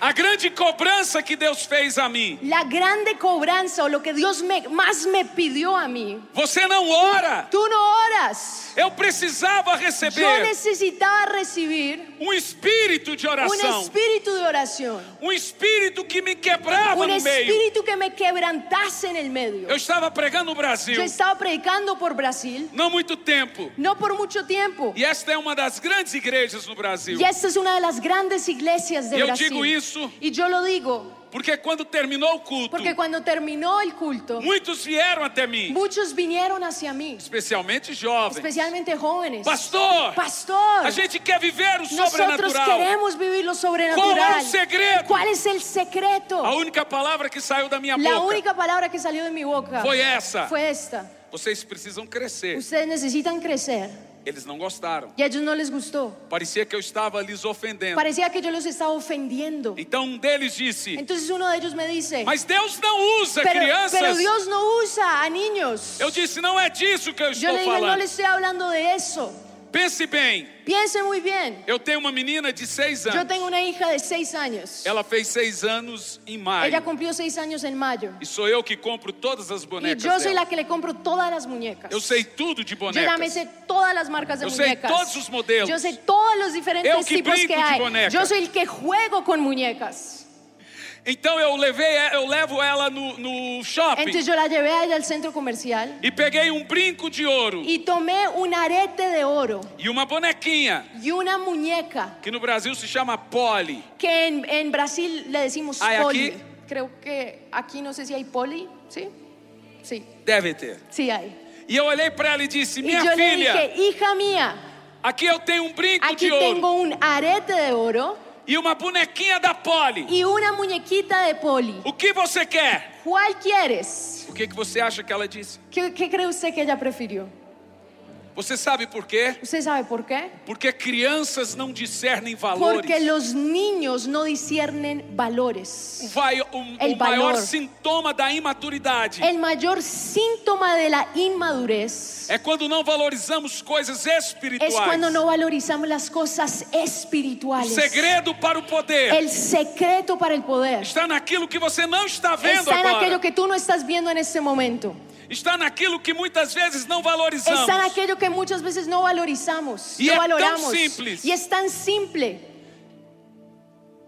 Speaker 1: A grande cobrança que Deus fez a mim.
Speaker 2: La grande cobranza o lo que Dios me- más me pidió a mí.
Speaker 1: Você não ora.
Speaker 2: Tú no oras.
Speaker 1: Eu precisava
Speaker 2: Yo
Speaker 1: receber
Speaker 2: necesitaba recibir
Speaker 1: um espírito de
Speaker 2: un
Speaker 1: oração.
Speaker 2: espíritu de oración.
Speaker 1: Um espírito que me quebrava
Speaker 2: Un
Speaker 1: no meio.
Speaker 2: espíritu que me quebrantase en el medio.
Speaker 1: Eu estava pregando no Brasil
Speaker 2: Yo estaba predicando por Brasil,
Speaker 1: não muito tempo.
Speaker 2: no por mucho tiempo.
Speaker 1: E esta é uma das grandes igrejas no Brasil.
Speaker 2: Y esta es una de las grandes iglesias de
Speaker 1: Eu digo
Speaker 2: Brasil.
Speaker 1: isso
Speaker 2: Y yo lo digo
Speaker 1: porque quando terminou o culto,
Speaker 2: porque cuando terminó el culto,
Speaker 1: muitos vieram até mim,
Speaker 2: muchos vinieron hacia mí,
Speaker 1: especialmente jovens.
Speaker 2: especialmente jóvenes.
Speaker 1: Pastor,
Speaker 2: Pastor,
Speaker 1: a gente quer viver o
Speaker 2: Nosotros
Speaker 1: sobrenatural.
Speaker 2: queremos vivir
Speaker 1: Qual
Speaker 2: lo
Speaker 1: é o
Speaker 2: sobrenatural.
Speaker 1: segredo?
Speaker 2: ¿Cuál es el secreto?
Speaker 1: A única palavra que saiu da minha
Speaker 2: La
Speaker 1: boca
Speaker 2: única palabra que salió de mi boca
Speaker 1: foi essa.
Speaker 2: fue esta.
Speaker 1: Vocês precisam crescer.
Speaker 2: Ustedes necesitan crecer.
Speaker 1: Eles não gostaram.
Speaker 2: Y a ellos no les gustó.
Speaker 1: Parecia que eu estava lhes ofendendo.
Speaker 2: Parecía que yo los estaba ofendiendo.
Speaker 1: Então um deles disse:
Speaker 2: Entonces uno de ellos me dice,
Speaker 1: Mas Deus não usa
Speaker 2: pero, pero
Speaker 1: crianças.
Speaker 2: Dios no usa a niños.
Speaker 1: Eu disse: Não é disso que eu
Speaker 2: Yo
Speaker 1: estou
Speaker 2: le digo, no
Speaker 1: falando.
Speaker 2: le estoy hablando de eso.
Speaker 1: Pense bem.
Speaker 2: Piense muy bien.
Speaker 1: Eu tenho uma menina de seis
Speaker 2: Yo
Speaker 1: anos.
Speaker 2: tengo una hija de seis años.
Speaker 1: Ela fez seis anos em
Speaker 2: Ella
Speaker 1: maio.
Speaker 2: cumplió seis años en mayo.
Speaker 1: E sou eu que compro todas as
Speaker 2: Y
Speaker 1: bonecas.
Speaker 2: yo soy
Speaker 1: dela.
Speaker 2: la que le compro todas las muñecas.
Speaker 1: Eu sei tudo de
Speaker 2: Yo ya me
Speaker 1: bonecas.
Speaker 2: sé todas las marcas de
Speaker 1: Yo sé
Speaker 2: muñecas.
Speaker 1: todos los modelos.
Speaker 2: Yo sé todos los diferentes
Speaker 1: Eu que
Speaker 2: tipos
Speaker 1: brinco
Speaker 2: que
Speaker 1: de
Speaker 2: hay.
Speaker 1: boneca.
Speaker 2: Yo soy el que juego con muñecas.
Speaker 1: Então eu levei, eu levo ela no, no shopping
Speaker 2: Entonces yo la llevé a ella al centro comercial
Speaker 1: e peguei um brinco de ouro
Speaker 2: y tomé un arete de oro
Speaker 1: e uma bonequinha
Speaker 2: y una muñeca
Speaker 1: que no Brasil se chama Polly.
Speaker 2: que en, en Brasil le decimos
Speaker 1: ¿Hay
Speaker 2: poli.
Speaker 1: aquí?
Speaker 2: Creo que aquí no sé si hay poli, ¿sí? Sí,
Speaker 1: Deve ter.
Speaker 2: sí hay.
Speaker 1: E eu olhei para ela e disse:
Speaker 2: Y
Speaker 1: Minha
Speaker 2: yo le
Speaker 1: filha,
Speaker 2: dije, hija mía,
Speaker 1: aqui eu tenho um brinco
Speaker 2: aquí
Speaker 1: de ouro
Speaker 2: tengo un arete de oro
Speaker 1: e uma bonequinha da Polly.
Speaker 2: y una muñequita de poli.
Speaker 1: O que você quer?
Speaker 2: ¿Cuál quieres?
Speaker 1: O que, que você acha que ela disse?
Speaker 2: ¿Qué, ¿Qué cree usted que ella prefirió?
Speaker 1: Você sabe por quê?
Speaker 2: ¿Usted sabe por qué?
Speaker 1: Porque crianças não discernem valores.
Speaker 2: Porque los niños no disciernen
Speaker 1: O,
Speaker 2: valores.
Speaker 1: vai- o-
Speaker 2: El
Speaker 1: o maior
Speaker 2: valor.
Speaker 1: sintoma da imaturidade
Speaker 2: El mayor síntoma de la inmadurez
Speaker 1: é quando não valorizamos coisas espirituais.
Speaker 2: es cuando no valorizamos las cosas
Speaker 1: O
Speaker 2: espirituales.
Speaker 1: segredo para o poder
Speaker 2: El secreto para el poder
Speaker 1: está naquilo que você não está vendo
Speaker 2: está en
Speaker 1: agora.
Speaker 2: aquello que tú no estás viendo en este momento.
Speaker 1: Está naquilo que muitas vezes não valorizamos.
Speaker 2: Está en aquello que muchas veces no valorizamos,
Speaker 1: Y
Speaker 2: no
Speaker 1: es tan
Speaker 2: valoramos.
Speaker 1: simples.
Speaker 2: Y es tan simple.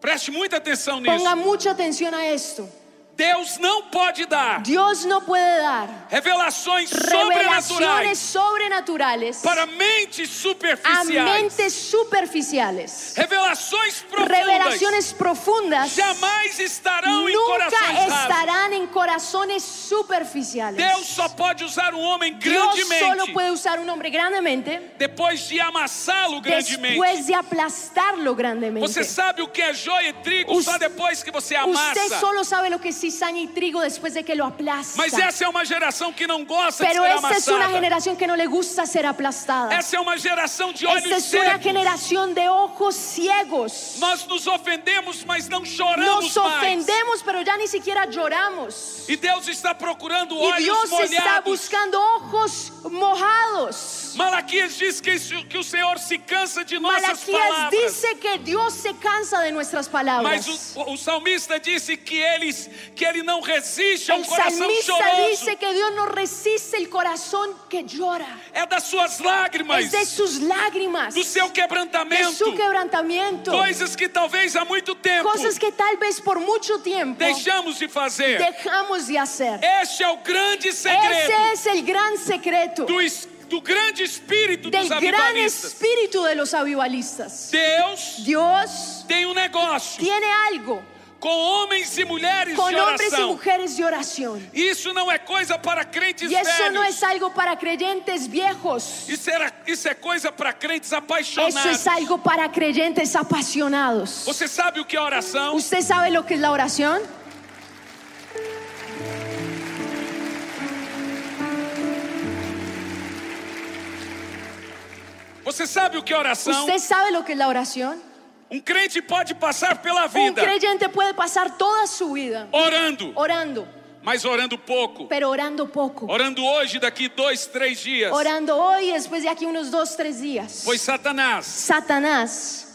Speaker 1: Preste muita atenção nisso.
Speaker 2: Ponga mucha atención a esto.
Speaker 1: Deus não pode dar
Speaker 2: Dios no puede dar
Speaker 1: revelações
Speaker 2: revelaciones
Speaker 1: sobrenaturais
Speaker 2: sobrenaturales
Speaker 1: para mentes
Speaker 2: a
Speaker 1: superficiais.
Speaker 2: mentes superficiales.
Speaker 1: Revelações profundas
Speaker 2: Revelaciones profundas
Speaker 1: jamais estarão em
Speaker 2: nunca
Speaker 1: corações rasos.
Speaker 2: estarán en corazones superficiales.
Speaker 1: Deus só pode usar um homem
Speaker 2: Dios solo
Speaker 1: grandemente
Speaker 2: puede usar un hombre grandemente
Speaker 1: depois de amassá-lo grandemente.
Speaker 2: después de aplastarlo grandemente.
Speaker 1: Você sabe o que é joio e trigo
Speaker 2: Us-
Speaker 1: só depois que você
Speaker 2: Usted
Speaker 1: amassa.
Speaker 2: solo sabe lo que es cizaña y trigo después de que lo aplasta.
Speaker 1: Mas essa é uma geração que não gosta de
Speaker 2: Tá. Pero é
Speaker 1: ser
Speaker 2: esta es una
Speaker 1: amassada.
Speaker 2: generación que no le gusta ser aplastada.
Speaker 1: Essa é uma geração de
Speaker 2: Esta
Speaker 1: olhos
Speaker 2: es una
Speaker 1: secos.
Speaker 2: generación de ojos ciegos.
Speaker 1: Nós nos ofendemos, mas não choramos
Speaker 2: Nos
Speaker 1: mais.
Speaker 2: ofendemos, pero ya ni siquiera lloramos.
Speaker 1: E Deus está procurando
Speaker 2: Y
Speaker 1: olhos
Speaker 2: Dios está
Speaker 1: molhados.
Speaker 2: buscando ojos mojados.
Speaker 1: Malaquias diz que, isso- que o Senhor se cansa de nossas
Speaker 2: Malaquías
Speaker 1: palavras.
Speaker 2: dice que Dios se cansa de nuestras
Speaker 1: Mas
Speaker 2: palabras.
Speaker 1: o, o salmista disse que eles que ele não resiste ao
Speaker 2: El
Speaker 1: coração
Speaker 2: salmista
Speaker 1: choroso.
Speaker 2: dice que Dios no resiste el corazón que llora.
Speaker 1: É das suas lágrimas,
Speaker 2: Es de sus lágrimas,
Speaker 1: do seu
Speaker 2: de
Speaker 1: quebrantamento,
Speaker 2: su quebrantamiento,
Speaker 1: coisas que talvez há muito tempo
Speaker 2: cosas que tal vez por mucho tiempo
Speaker 1: deixamos de fazer.
Speaker 2: dejamos de hacer.
Speaker 1: Este é o grande segredo
Speaker 2: Ese es el gran secreto
Speaker 1: do, es- do grande espírito
Speaker 2: del
Speaker 1: dos
Speaker 2: gran
Speaker 1: avivalistas.
Speaker 2: espíritu de los avivalistas.
Speaker 1: Deus
Speaker 2: Dios
Speaker 1: tem um negócio
Speaker 2: tiene algo
Speaker 1: com homens e mulheres
Speaker 2: con
Speaker 1: de
Speaker 2: hombres y
Speaker 1: oração.
Speaker 2: mujeres de oración.
Speaker 1: Isso não é coisa para crentes
Speaker 2: Y eso
Speaker 1: velhos.
Speaker 2: no es algo para creyentes viejos.
Speaker 1: Isso, era- isso é coisa para crentes apaixonados.
Speaker 2: Eso es algo para creyentes apasionados.
Speaker 1: Você sabe o que é oração?
Speaker 2: ¿Usted sabe lo que es la oración?
Speaker 1: Você sabe o que é oração?
Speaker 2: ¿Usted sabe lo que es la oración?
Speaker 1: Um crente pode passar pela
Speaker 2: Un
Speaker 1: vida
Speaker 2: creyente puede pasar toda su vida
Speaker 1: orando,
Speaker 2: orando,
Speaker 1: mas orando pouco.
Speaker 2: pero orando poco.
Speaker 1: Orando hoje, daqui dois, três dias.
Speaker 2: Orando hoy y después de aquí unos dos, tres días.
Speaker 1: Pois Satanás
Speaker 2: Satanás,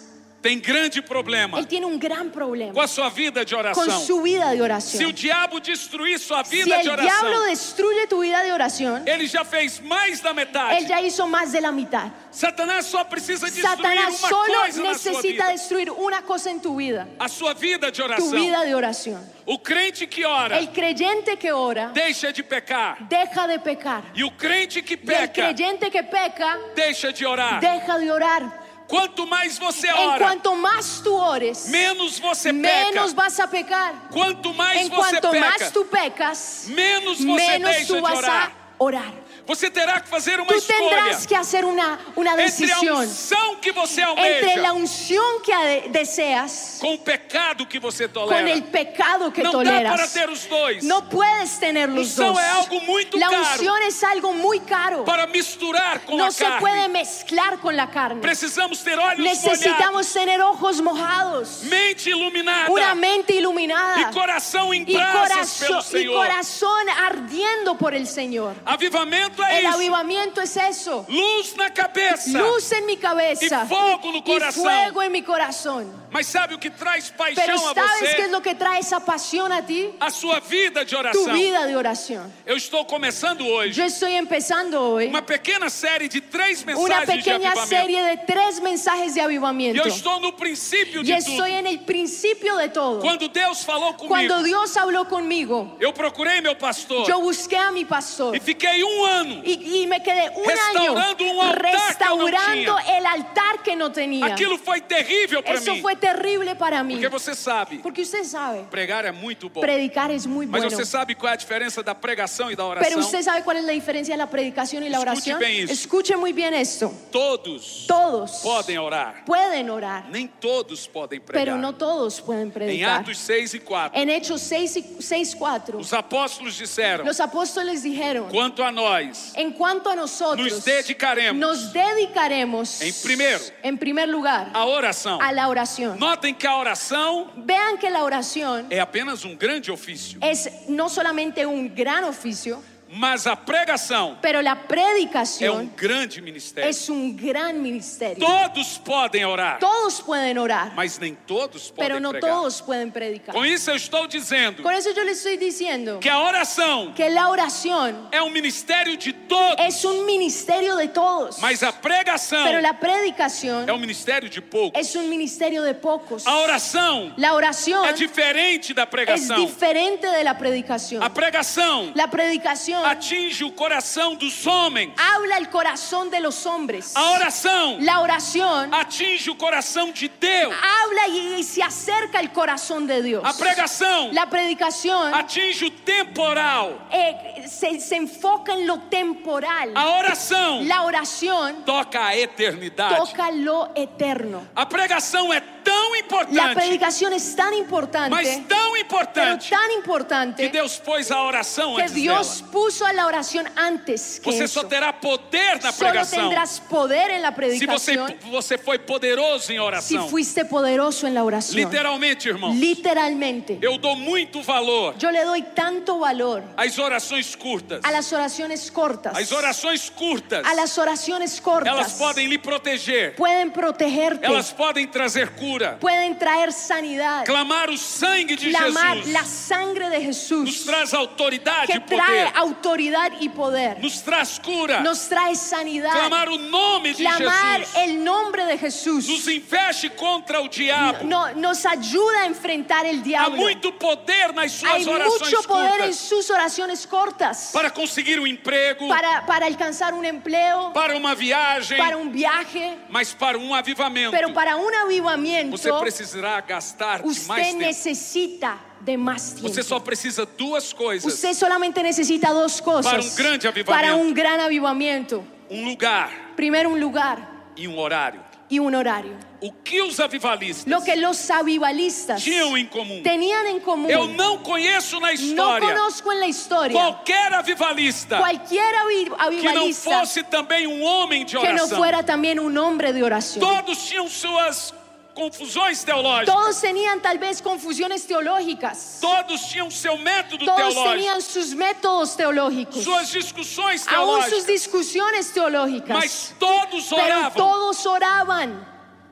Speaker 1: tem grande problema
Speaker 2: él tiene un gran
Speaker 1: com
Speaker 2: problema
Speaker 1: a sua vida de
Speaker 2: con
Speaker 1: oração.
Speaker 2: su vida é de
Speaker 1: Se o
Speaker 2: oración.
Speaker 1: diabo destruir sua
Speaker 2: Si
Speaker 1: vida de
Speaker 2: el diablo
Speaker 1: oração,
Speaker 2: destruye tu vida de oración,
Speaker 1: ele já fez mais da
Speaker 2: él
Speaker 1: metade.
Speaker 2: ya hizo más de la mitad.
Speaker 1: Satanás só precisa destruir
Speaker 2: Satanás
Speaker 1: uma
Speaker 2: solo
Speaker 1: coisa na sua
Speaker 2: necesita
Speaker 1: vida.
Speaker 2: destruir una cosa en tu vida,
Speaker 1: A sua vida de
Speaker 2: tu
Speaker 1: oração.
Speaker 2: vida de oración.
Speaker 1: O crente que ora
Speaker 2: El creyente que ora
Speaker 1: deixa de pecar.
Speaker 2: deja de pecar.
Speaker 1: E o crente que
Speaker 2: Y el
Speaker 1: peca
Speaker 2: creyente que peca
Speaker 1: deixa de orar.
Speaker 2: deja de orar.
Speaker 1: Quanto mais você
Speaker 2: En
Speaker 1: ora,
Speaker 2: cuanto más tú ores,
Speaker 1: menos você peca.
Speaker 2: menos vas a pecar.
Speaker 1: Quanto mais
Speaker 2: En
Speaker 1: você
Speaker 2: cuanto
Speaker 1: peca,
Speaker 2: más tú pecas,
Speaker 1: menos você
Speaker 2: menos
Speaker 1: deixa
Speaker 2: tú
Speaker 1: de
Speaker 2: vas a
Speaker 1: orar.
Speaker 2: orar.
Speaker 1: Você terá que fazer uma
Speaker 2: Tú
Speaker 1: escolha
Speaker 2: tendrás que hacer una, una
Speaker 1: entre a
Speaker 2: decisión
Speaker 1: unção que você
Speaker 2: entre la
Speaker 1: almeja
Speaker 2: unción que ade- deseas
Speaker 1: com o pecado que você
Speaker 2: con
Speaker 1: tolera.
Speaker 2: el pecado que
Speaker 1: Não dá para
Speaker 2: toleras.
Speaker 1: ter os dois.
Speaker 2: No puedes tener los
Speaker 1: Unção
Speaker 2: dos.
Speaker 1: é algo muito
Speaker 2: La
Speaker 1: caro.
Speaker 2: unción es algo muy caro.
Speaker 1: Para misturar com
Speaker 2: No
Speaker 1: a
Speaker 2: se
Speaker 1: carne.
Speaker 2: puede mezclar con la carne.
Speaker 1: Precisamos ter olhos molhados,
Speaker 2: Necesitamos tener ojos mojados,
Speaker 1: mente iluminada
Speaker 2: una mente
Speaker 1: e
Speaker 2: iluminada
Speaker 1: coração em
Speaker 2: y
Speaker 1: brasas pelo
Speaker 2: corazón, y
Speaker 1: Senhor.
Speaker 2: corazón ardiendo por el Señor.
Speaker 1: Avivamento é
Speaker 2: El
Speaker 1: isso.
Speaker 2: avivamiento es eso.
Speaker 1: Luz na cabeça.
Speaker 2: Luz en mi cabeza
Speaker 1: Y fuego en el
Speaker 2: y
Speaker 1: corazón.
Speaker 2: fuego en mi corazón.
Speaker 1: Mas sabe o que traz
Speaker 2: Pero
Speaker 1: paixão a
Speaker 2: ¿sabes qué es
Speaker 1: você?
Speaker 2: lo que trae esa pasión a ti?
Speaker 1: A sua vida de
Speaker 2: Tu
Speaker 1: oração.
Speaker 2: vida de oración.
Speaker 1: Eu estou começando hoje
Speaker 2: Yo estoy empezando hoy
Speaker 1: uma pequena série de três
Speaker 2: una
Speaker 1: mensagens de
Speaker 2: pequeña
Speaker 1: avivamento.
Speaker 2: serie de tres mensajes de
Speaker 1: E eu
Speaker 2: avivamiento.
Speaker 1: estou no princípio
Speaker 2: Y
Speaker 1: de tudo.
Speaker 2: estoy en el principio de todo.
Speaker 1: Quando Deus falou comigo,
Speaker 2: Cuando Dios habló conmigo,
Speaker 1: eu procurei meu pastor
Speaker 2: yo busqué a mi pastor
Speaker 1: e fiquei um ano
Speaker 2: y, y me quedé un
Speaker 1: Restaurando un
Speaker 2: año
Speaker 1: altar que no
Speaker 2: restaurando
Speaker 1: tenía.
Speaker 2: el altar que no tenía.
Speaker 1: Aquilo foi terrível para
Speaker 2: Eso
Speaker 1: mim.
Speaker 2: fue terrible para mí.
Speaker 1: Porque você sabe,
Speaker 2: Porque usted sabe,
Speaker 1: pregar é muito bom.
Speaker 2: predicar es muy
Speaker 1: Mas
Speaker 2: bueno.
Speaker 1: você sabe qual é a diferença da pregação e da oração?
Speaker 2: Pero usted sabe cuál es la diferencia de la predicación y la
Speaker 1: Escuche
Speaker 2: oración.
Speaker 1: bien esto.
Speaker 2: Escuche muy bien esto.
Speaker 1: Todos
Speaker 2: Todos
Speaker 1: podem orar.
Speaker 2: pueden orar,
Speaker 1: Nem todos podem
Speaker 2: pero
Speaker 1: pregar.
Speaker 2: no todos É- pueden
Speaker 1: Em
Speaker 2: predicar.
Speaker 1: Atos 6 e 4,
Speaker 2: En Hechos 6 y 6, 4,
Speaker 1: os apóstolos disseram:
Speaker 2: los apóstoles dijeron,
Speaker 1: Quanto a nós,
Speaker 2: en cuanto a nosotros,
Speaker 1: Nos dedicaremos.
Speaker 2: nos dedicaremos,
Speaker 1: Em primeiro.
Speaker 2: en primer lugar,
Speaker 1: a oração.
Speaker 2: a la oración.
Speaker 1: Notem que a oração
Speaker 2: Vean que la oración
Speaker 1: é apenas um grande ofício,
Speaker 2: es no solamente un gran oficio,
Speaker 1: mas a pregação
Speaker 2: pero la
Speaker 1: é um
Speaker 2: predicación
Speaker 1: grande ministério.
Speaker 2: es un gran ministerio.
Speaker 1: Todos podem orar,
Speaker 2: Todos pueden orar,
Speaker 1: mas nem todos
Speaker 2: pero
Speaker 1: podem
Speaker 2: no
Speaker 1: pregar.
Speaker 2: todos pueden predicar.
Speaker 1: Com isso eu estou dizendo
Speaker 2: Con eso yo les estoy diciendo
Speaker 1: que a oração
Speaker 2: que la oración
Speaker 1: é um ministério de todos,
Speaker 2: es un ministerio de todos,
Speaker 1: mas a pregação
Speaker 2: pero la
Speaker 1: é
Speaker 2: predicación
Speaker 1: um ministério de poucos.
Speaker 2: es un ministerio de pocos.
Speaker 1: A oração
Speaker 2: La
Speaker 1: é
Speaker 2: oración
Speaker 1: diferente da
Speaker 2: es
Speaker 1: pregação.
Speaker 2: diferente de la predicación.
Speaker 1: A pregação
Speaker 2: La predicación
Speaker 1: atinge o coração dos homens.
Speaker 2: habla el corazón de los hombres.
Speaker 1: A oração
Speaker 2: La oración
Speaker 1: atinge o coração de Deus.
Speaker 2: habla y, y se acerca el corazón de Dios.
Speaker 1: A pregação
Speaker 2: La predicación
Speaker 1: atinge o temporal.
Speaker 2: eh, se, se enfoca en lo temporal.
Speaker 1: A oração
Speaker 2: La oración
Speaker 1: toca a eternidade.
Speaker 2: toca lo eterno.
Speaker 1: A pregação é tão
Speaker 2: La
Speaker 1: importante,
Speaker 2: predicación es tan importante,
Speaker 1: mas tão
Speaker 2: pero
Speaker 1: importante,
Speaker 2: tan
Speaker 1: que
Speaker 2: importante,
Speaker 1: Deus pôs a oração
Speaker 2: que
Speaker 1: antes
Speaker 2: Dios
Speaker 1: dela.
Speaker 2: puso a la oración antes que
Speaker 1: Você só
Speaker 2: eso.
Speaker 1: terá poder na
Speaker 2: Solo
Speaker 1: pregação
Speaker 2: tendrás poder en la
Speaker 1: se você,
Speaker 2: predicación
Speaker 1: você foi poderoso em
Speaker 2: si
Speaker 1: oração.
Speaker 2: fuiste poderoso en la oración.
Speaker 1: Literalmente, irmão,
Speaker 2: Literalmente.
Speaker 1: eu dou muito valor
Speaker 2: Yo le doy tanto valor
Speaker 1: às orações curtas.
Speaker 2: a las oraciones cortas.
Speaker 1: As orações curtas,
Speaker 2: A las oraciones
Speaker 1: elas
Speaker 2: cortas.
Speaker 1: podem lhe proteger,
Speaker 2: Pueden protegerte.
Speaker 1: elas podem trazer cura.
Speaker 2: Pueden traer sanidad.
Speaker 1: Clamar o sangue de
Speaker 2: Clamar
Speaker 1: Jesus
Speaker 2: la sangre de
Speaker 1: nos
Speaker 2: Jesús
Speaker 1: traz autoridade
Speaker 2: que
Speaker 1: e
Speaker 2: trae
Speaker 1: poder,
Speaker 2: autoridad y poder.
Speaker 1: nos traz cura.
Speaker 2: Nos trae sanidad.
Speaker 1: Clamar o nome de
Speaker 2: Clamar é-
Speaker 1: Jesus
Speaker 2: el nombre de
Speaker 1: nos
Speaker 2: Jesús
Speaker 1: investe contra o diabo.
Speaker 2: no- nos ayuda a enfrentar el
Speaker 1: Há
Speaker 2: diablo.
Speaker 1: muito poder nas
Speaker 2: Hay
Speaker 1: suas
Speaker 2: mucho
Speaker 1: orações
Speaker 2: poder en
Speaker 1: curtas
Speaker 2: sus oraciones cortas
Speaker 1: para conseguir um emprego,
Speaker 2: para, para alcanzar un empleo,
Speaker 1: para uma viagem,
Speaker 2: para un viaje,
Speaker 1: mas para um avivamento.
Speaker 2: pero para un
Speaker 1: Você
Speaker 2: avivamiento
Speaker 1: precisará gastar de mais
Speaker 2: usted
Speaker 1: tempo.
Speaker 2: necesita de más tiempo.
Speaker 1: Você só precisa duas coisas:
Speaker 2: Usted solamente necesita dos cosas
Speaker 1: Para un grande avivamiento.
Speaker 2: para un gran avivamiento.
Speaker 1: um lugar
Speaker 2: Primero un lugar
Speaker 1: e um horário.
Speaker 2: y un horario.
Speaker 1: O que os avivalistas
Speaker 2: Lo que los avivalistas
Speaker 1: tinham em comum?
Speaker 2: tenían en común.
Speaker 1: Eu não conheço na
Speaker 2: no
Speaker 1: história
Speaker 2: conozco en la historia
Speaker 1: qualquer avivalista
Speaker 2: cualquier avi-
Speaker 1: que não
Speaker 2: avivalista
Speaker 1: fosse também um homem de
Speaker 2: que no
Speaker 1: oração.
Speaker 2: fuera también un hombre de oración.
Speaker 1: Todos tinham suas confusões teológicas.
Speaker 2: Todos tenían tal vez confusiones teológicas.
Speaker 1: Todos tinham seu método
Speaker 2: Todos
Speaker 1: teológico,
Speaker 2: tenían sus métodos teológicos.
Speaker 1: suas discussões
Speaker 2: Aún sus
Speaker 1: teológicas,
Speaker 2: discusiones teológicas.
Speaker 1: mas todos
Speaker 2: Pero
Speaker 1: oravam.
Speaker 2: todos oraban.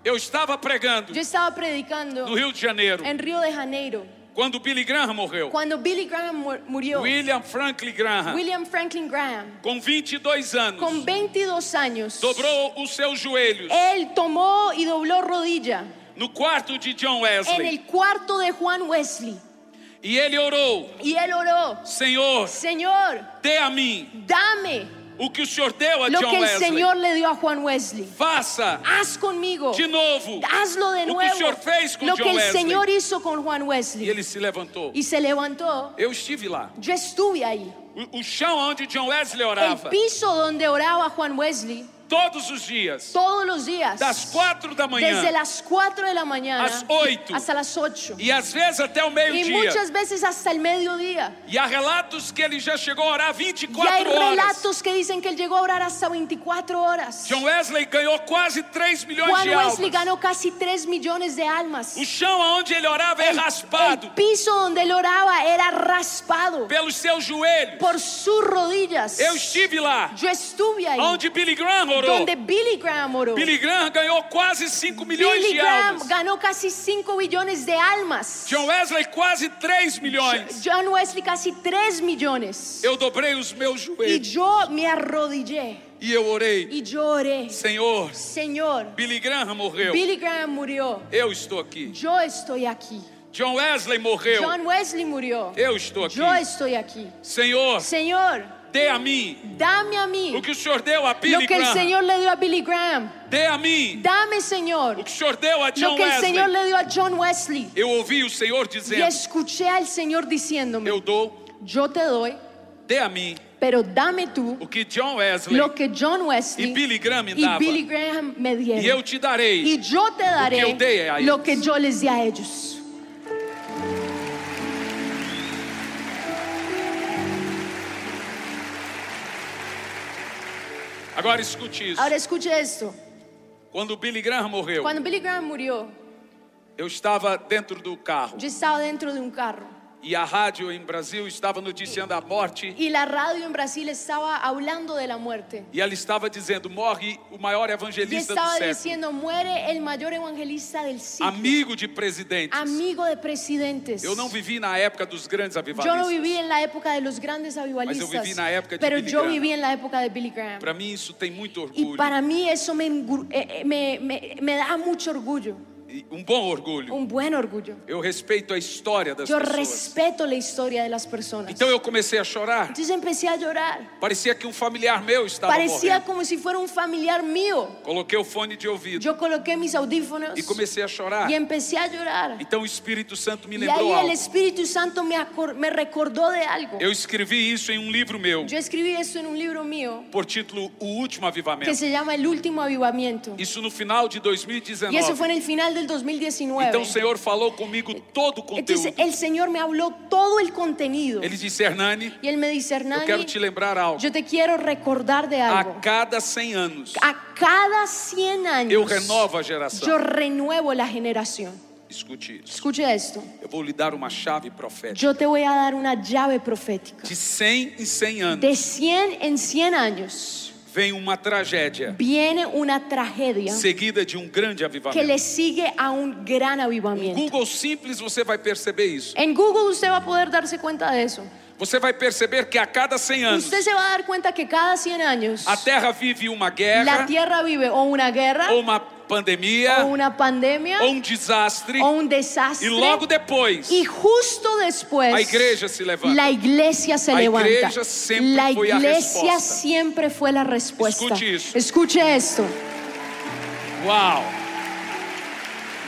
Speaker 1: Eu estava pregando
Speaker 2: Yo estaba predicando
Speaker 1: no Rio de Janeiro
Speaker 2: en Río de Janeiro
Speaker 1: quando Billy Graham morreu.
Speaker 2: cuando Billy Graham mu- murió.
Speaker 1: William Franklin Graham,
Speaker 2: William Franklin Graham,
Speaker 1: com 22 anos,
Speaker 2: con 22 años,
Speaker 1: dobrou os seus joelhos
Speaker 2: él tomó y dobló rodilla
Speaker 1: no quarto de John
Speaker 2: en
Speaker 1: Wesley
Speaker 2: el cuarto de Juan Wesley
Speaker 1: e ele orou:
Speaker 2: y él oró,
Speaker 1: Senhor,
Speaker 2: Señor,
Speaker 1: dê a mim
Speaker 2: dame
Speaker 1: o que o Senhor deu a
Speaker 2: lo
Speaker 1: John
Speaker 2: que el
Speaker 1: Wesley.
Speaker 2: Señor le dio a Juan Wesley.
Speaker 1: Faça
Speaker 2: Haz conmigo.
Speaker 1: de novo
Speaker 2: Hazlo de
Speaker 1: o que o
Speaker 2: nuevo.
Speaker 1: Senhor fez com
Speaker 2: Lo
Speaker 1: John
Speaker 2: que el
Speaker 1: Wesley.
Speaker 2: Señor hizo con Juan
Speaker 1: E
Speaker 2: Wesley.
Speaker 1: ele se levantou.
Speaker 2: Y se levantó.
Speaker 1: Eu estive lá.
Speaker 2: Yo estuve ahí.
Speaker 1: O, o chão onde John Wesley
Speaker 2: El
Speaker 1: orava
Speaker 2: piso donde oraba Juan Wesley
Speaker 1: todos os dias,
Speaker 2: todos los días.
Speaker 1: das quatro da
Speaker 2: Desde
Speaker 1: manhã
Speaker 2: las 4 de la mañana
Speaker 1: Às oito.
Speaker 2: hasta las 8.
Speaker 1: e às vezes até o
Speaker 2: Y
Speaker 1: meio-dia.
Speaker 2: muchas veces hasta el mediodía.
Speaker 1: E há relatos que ele já chegou a orar
Speaker 2: Y hay
Speaker 1: 24 horas.
Speaker 2: relatos que dicen que él llegó a orar hasta 24 horas.
Speaker 1: John Wesley ganhou quase 3 milhões
Speaker 2: Juan
Speaker 1: de
Speaker 2: Wesley
Speaker 1: almas.
Speaker 2: ganó casi 3 millones de almas.
Speaker 1: O chão onde ele orava é
Speaker 2: El
Speaker 1: raspado
Speaker 2: piso donde él oraba era raspado
Speaker 1: pelos seus joelhos.
Speaker 2: por sus rodillas.
Speaker 1: Eu estive lá,
Speaker 2: Yo estuve ahí
Speaker 1: onde Billy Graham orou.
Speaker 2: donde Billy Graham oró.
Speaker 1: Billy Graham ganhou quase 5 milhões
Speaker 2: Billy
Speaker 1: de
Speaker 2: Graham
Speaker 1: almas.
Speaker 2: ganó casi 5 billones de almas.
Speaker 1: John Wesley quase 3 milhões.
Speaker 2: John Wesley casi 3 millones.
Speaker 1: Eu dobrei os meus
Speaker 2: Y
Speaker 1: joelhos
Speaker 2: yo me arrodillé
Speaker 1: e eu orei.
Speaker 2: y yo oré.
Speaker 1: Senhor,
Speaker 2: Señor,
Speaker 1: Billy Graham morreu.
Speaker 2: Billy Graham murió.
Speaker 1: Eu estou aqui.
Speaker 2: Yo estoy aquí.
Speaker 1: John Wesley morreu.
Speaker 2: John Wesley murió.
Speaker 1: Eu estou aqui.
Speaker 2: Yo estoy aquí.
Speaker 1: Senhor,
Speaker 2: Señor,
Speaker 1: dê a mim
Speaker 2: dame a mí
Speaker 1: o que o Senhor deu a
Speaker 2: lo
Speaker 1: Billy
Speaker 2: que el
Speaker 1: Graham.
Speaker 2: Señor le dio a Billy Graham.
Speaker 1: Dê a mim
Speaker 2: Dame, Señor,
Speaker 1: o que o Senhor deu a
Speaker 2: lo
Speaker 1: John
Speaker 2: que el Señor
Speaker 1: Wesley.
Speaker 2: le dio a John Wesley.
Speaker 1: Eu ouvi o Senhor
Speaker 2: Y
Speaker 1: dizendo:
Speaker 2: escuché al Señor diciéndome,
Speaker 1: Eu dou,
Speaker 2: yo te doy,
Speaker 1: dê a mim
Speaker 2: pero dame tú
Speaker 1: o que John Wesley
Speaker 2: lo que John
Speaker 1: e
Speaker 2: Wesley
Speaker 1: Billy Graham me
Speaker 2: y
Speaker 1: dava.
Speaker 2: Billy Graham me
Speaker 1: E
Speaker 2: dieron.
Speaker 1: eu te darei.
Speaker 2: Y yo
Speaker 1: que
Speaker 2: te
Speaker 1: eu dei a
Speaker 2: daré
Speaker 1: eles.
Speaker 2: lo que yo les di a ellos.
Speaker 1: Agora escute isso.
Speaker 2: Ahora escuche esto.
Speaker 1: Quando Billy Graham morreu,
Speaker 2: Cuando Billy Graham murió,
Speaker 1: eu estava dentro do carro
Speaker 2: yo estaba dentro de un carro
Speaker 1: e a rádio em Brasil estava noticiando a morte
Speaker 2: y la radio en Brasil estaba hablando de la muerte.
Speaker 1: e ela estaba dizendo: Morre o maior
Speaker 2: Y
Speaker 1: evangelista do
Speaker 2: estaba
Speaker 1: século.
Speaker 2: diciendo, muere el mayor evangelista del siglo,
Speaker 1: Amigo de presidentes.
Speaker 2: amigo de presidentes.
Speaker 1: Eu não vivi na época dos grandes
Speaker 2: Yo no viví
Speaker 1: avivalistas.
Speaker 2: en la época de los grandes avivalistas,
Speaker 1: viví na época de
Speaker 2: pero
Speaker 1: Billy
Speaker 2: yo
Speaker 1: Graham.
Speaker 2: viví en la época de Billy Graham.
Speaker 1: Para mim isso tem muito
Speaker 2: Y
Speaker 1: orgulho,
Speaker 2: para mí eso me, engru- eh, eh, me- me- me da mucho orgullo,
Speaker 1: e um bom orgulho.
Speaker 2: un buen orgullo.
Speaker 1: Eu respeito a história das
Speaker 2: Yo
Speaker 1: pessoas.
Speaker 2: respeto la historia de las personas.
Speaker 1: Então eu comecei a chorar.
Speaker 2: Entonces empecé a llorar.
Speaker 1: Parecia que um familiar meu estava
Speaker 2: Parecía
Speaker 1: morrendo.
Speaker 2: como si fuera un familiar mío.
Speaker 1: Coloquei o fone de ouvido
Speaker 2: Yo coloqué mis audífonos
Speaker 1: e comecei a chorar.
Speaker 2: y empecé a llorar.
Speaker 1: Então o Espírito Santo me
Speaker 2: Y ahí
Speaker 1: lembrou
Speaker 2: el
Speaker 1: algo.
Speaker 2: Espíritu Santo me, acor- me recordó de algo.
Speaker 1: Eu escrevi isso em um livro meu,
Speaker 2: Yo escribí esto en un libro mío
Speaker 1: por título O Último
Speaker 2: que
Speaker 1: Avivamento.
Speaker 2: se llama El Último Avivamiento.
Speaker 1: Isso no final de
Speaker 2: Y eso
Speaker 1: 2019.
Speaker 2: fue en el final de del 2019.
Speaker 1: Então o Senhor falou comigo todo o
Speaker 2: Entonces
Speaker 1: conteúdo.
Speaker 2: el Señor me habló todo el contenido.
Speaker 1: Ele disse, Hernani,
Speaker 2: Y él me dice,
Speaker 1: eu
Speaker 2: Hernán,
Speaker 1: quero te lembrar algo.
Speaker 2: yo te quiero recordar de
Speaker 1: A
Speaker 2: algo.
Speaker 1: cada 100 anos,
Speaker 2: A cada 100 años
Speaker 1: eu renovo a geração.
Speaker 2: yo renuevo la generación.
Speaker 1: Escute isso.
Speaker 2: Escuche esto.
Speaker 1: Eu vou lhe dar uma chave profética.
Speaker 2: Yo te voy a dar una llave profética.
Speaker 1: De 100 em 100 anos
Speaker 2: De 100 en 100 años
Speaker 1: vem uma tragédia
Speaker 2: viene una tragedia
Speaker 1: seguida de um grande
Speaker 2: que
Speaker 1: avivamento.
Speaker 2: le sigue a un gran avivamiento.
Speaker 1: Google simples, você vai perceber isso.
Speaker 2: En Google usted va a poder darse cuenta de eso.
Speaker 1: Você vai perceber que a cada 100 anos
Speaker 2: Usted se va a dar cuenta que cada 100 años
Speaker 1: a Terra vive uma
Speaker 2: la
Speaker 1: guerra,
Speaker 2: Tierra vive o una guerra,
Speaker 1: ou uma pandemia,
Speaker 2: o una pandemia,
Speaker 1: ou um desastre,
Speaker 2: o un
Speaker 1: e
Speaker 2: desastre.
Speaker 1: logo depois
Speaker 2: Y justo después
Speaker 1: a igreja se levanta.
Speaker 2: la iglesia se
Speaker 1: La
Speaker 2: levanta.
Speaker 1: iglesia siempre
Speaker 2: la
Speaker 1: fue la
Speaker 2: iglesia
Speaker 1: respuesta.
Speaker 2: siempre fue la respuesta.
Speaker 1: Escuche eso.
Speaker 2: Escuche esto.
Speaker 1: Uau!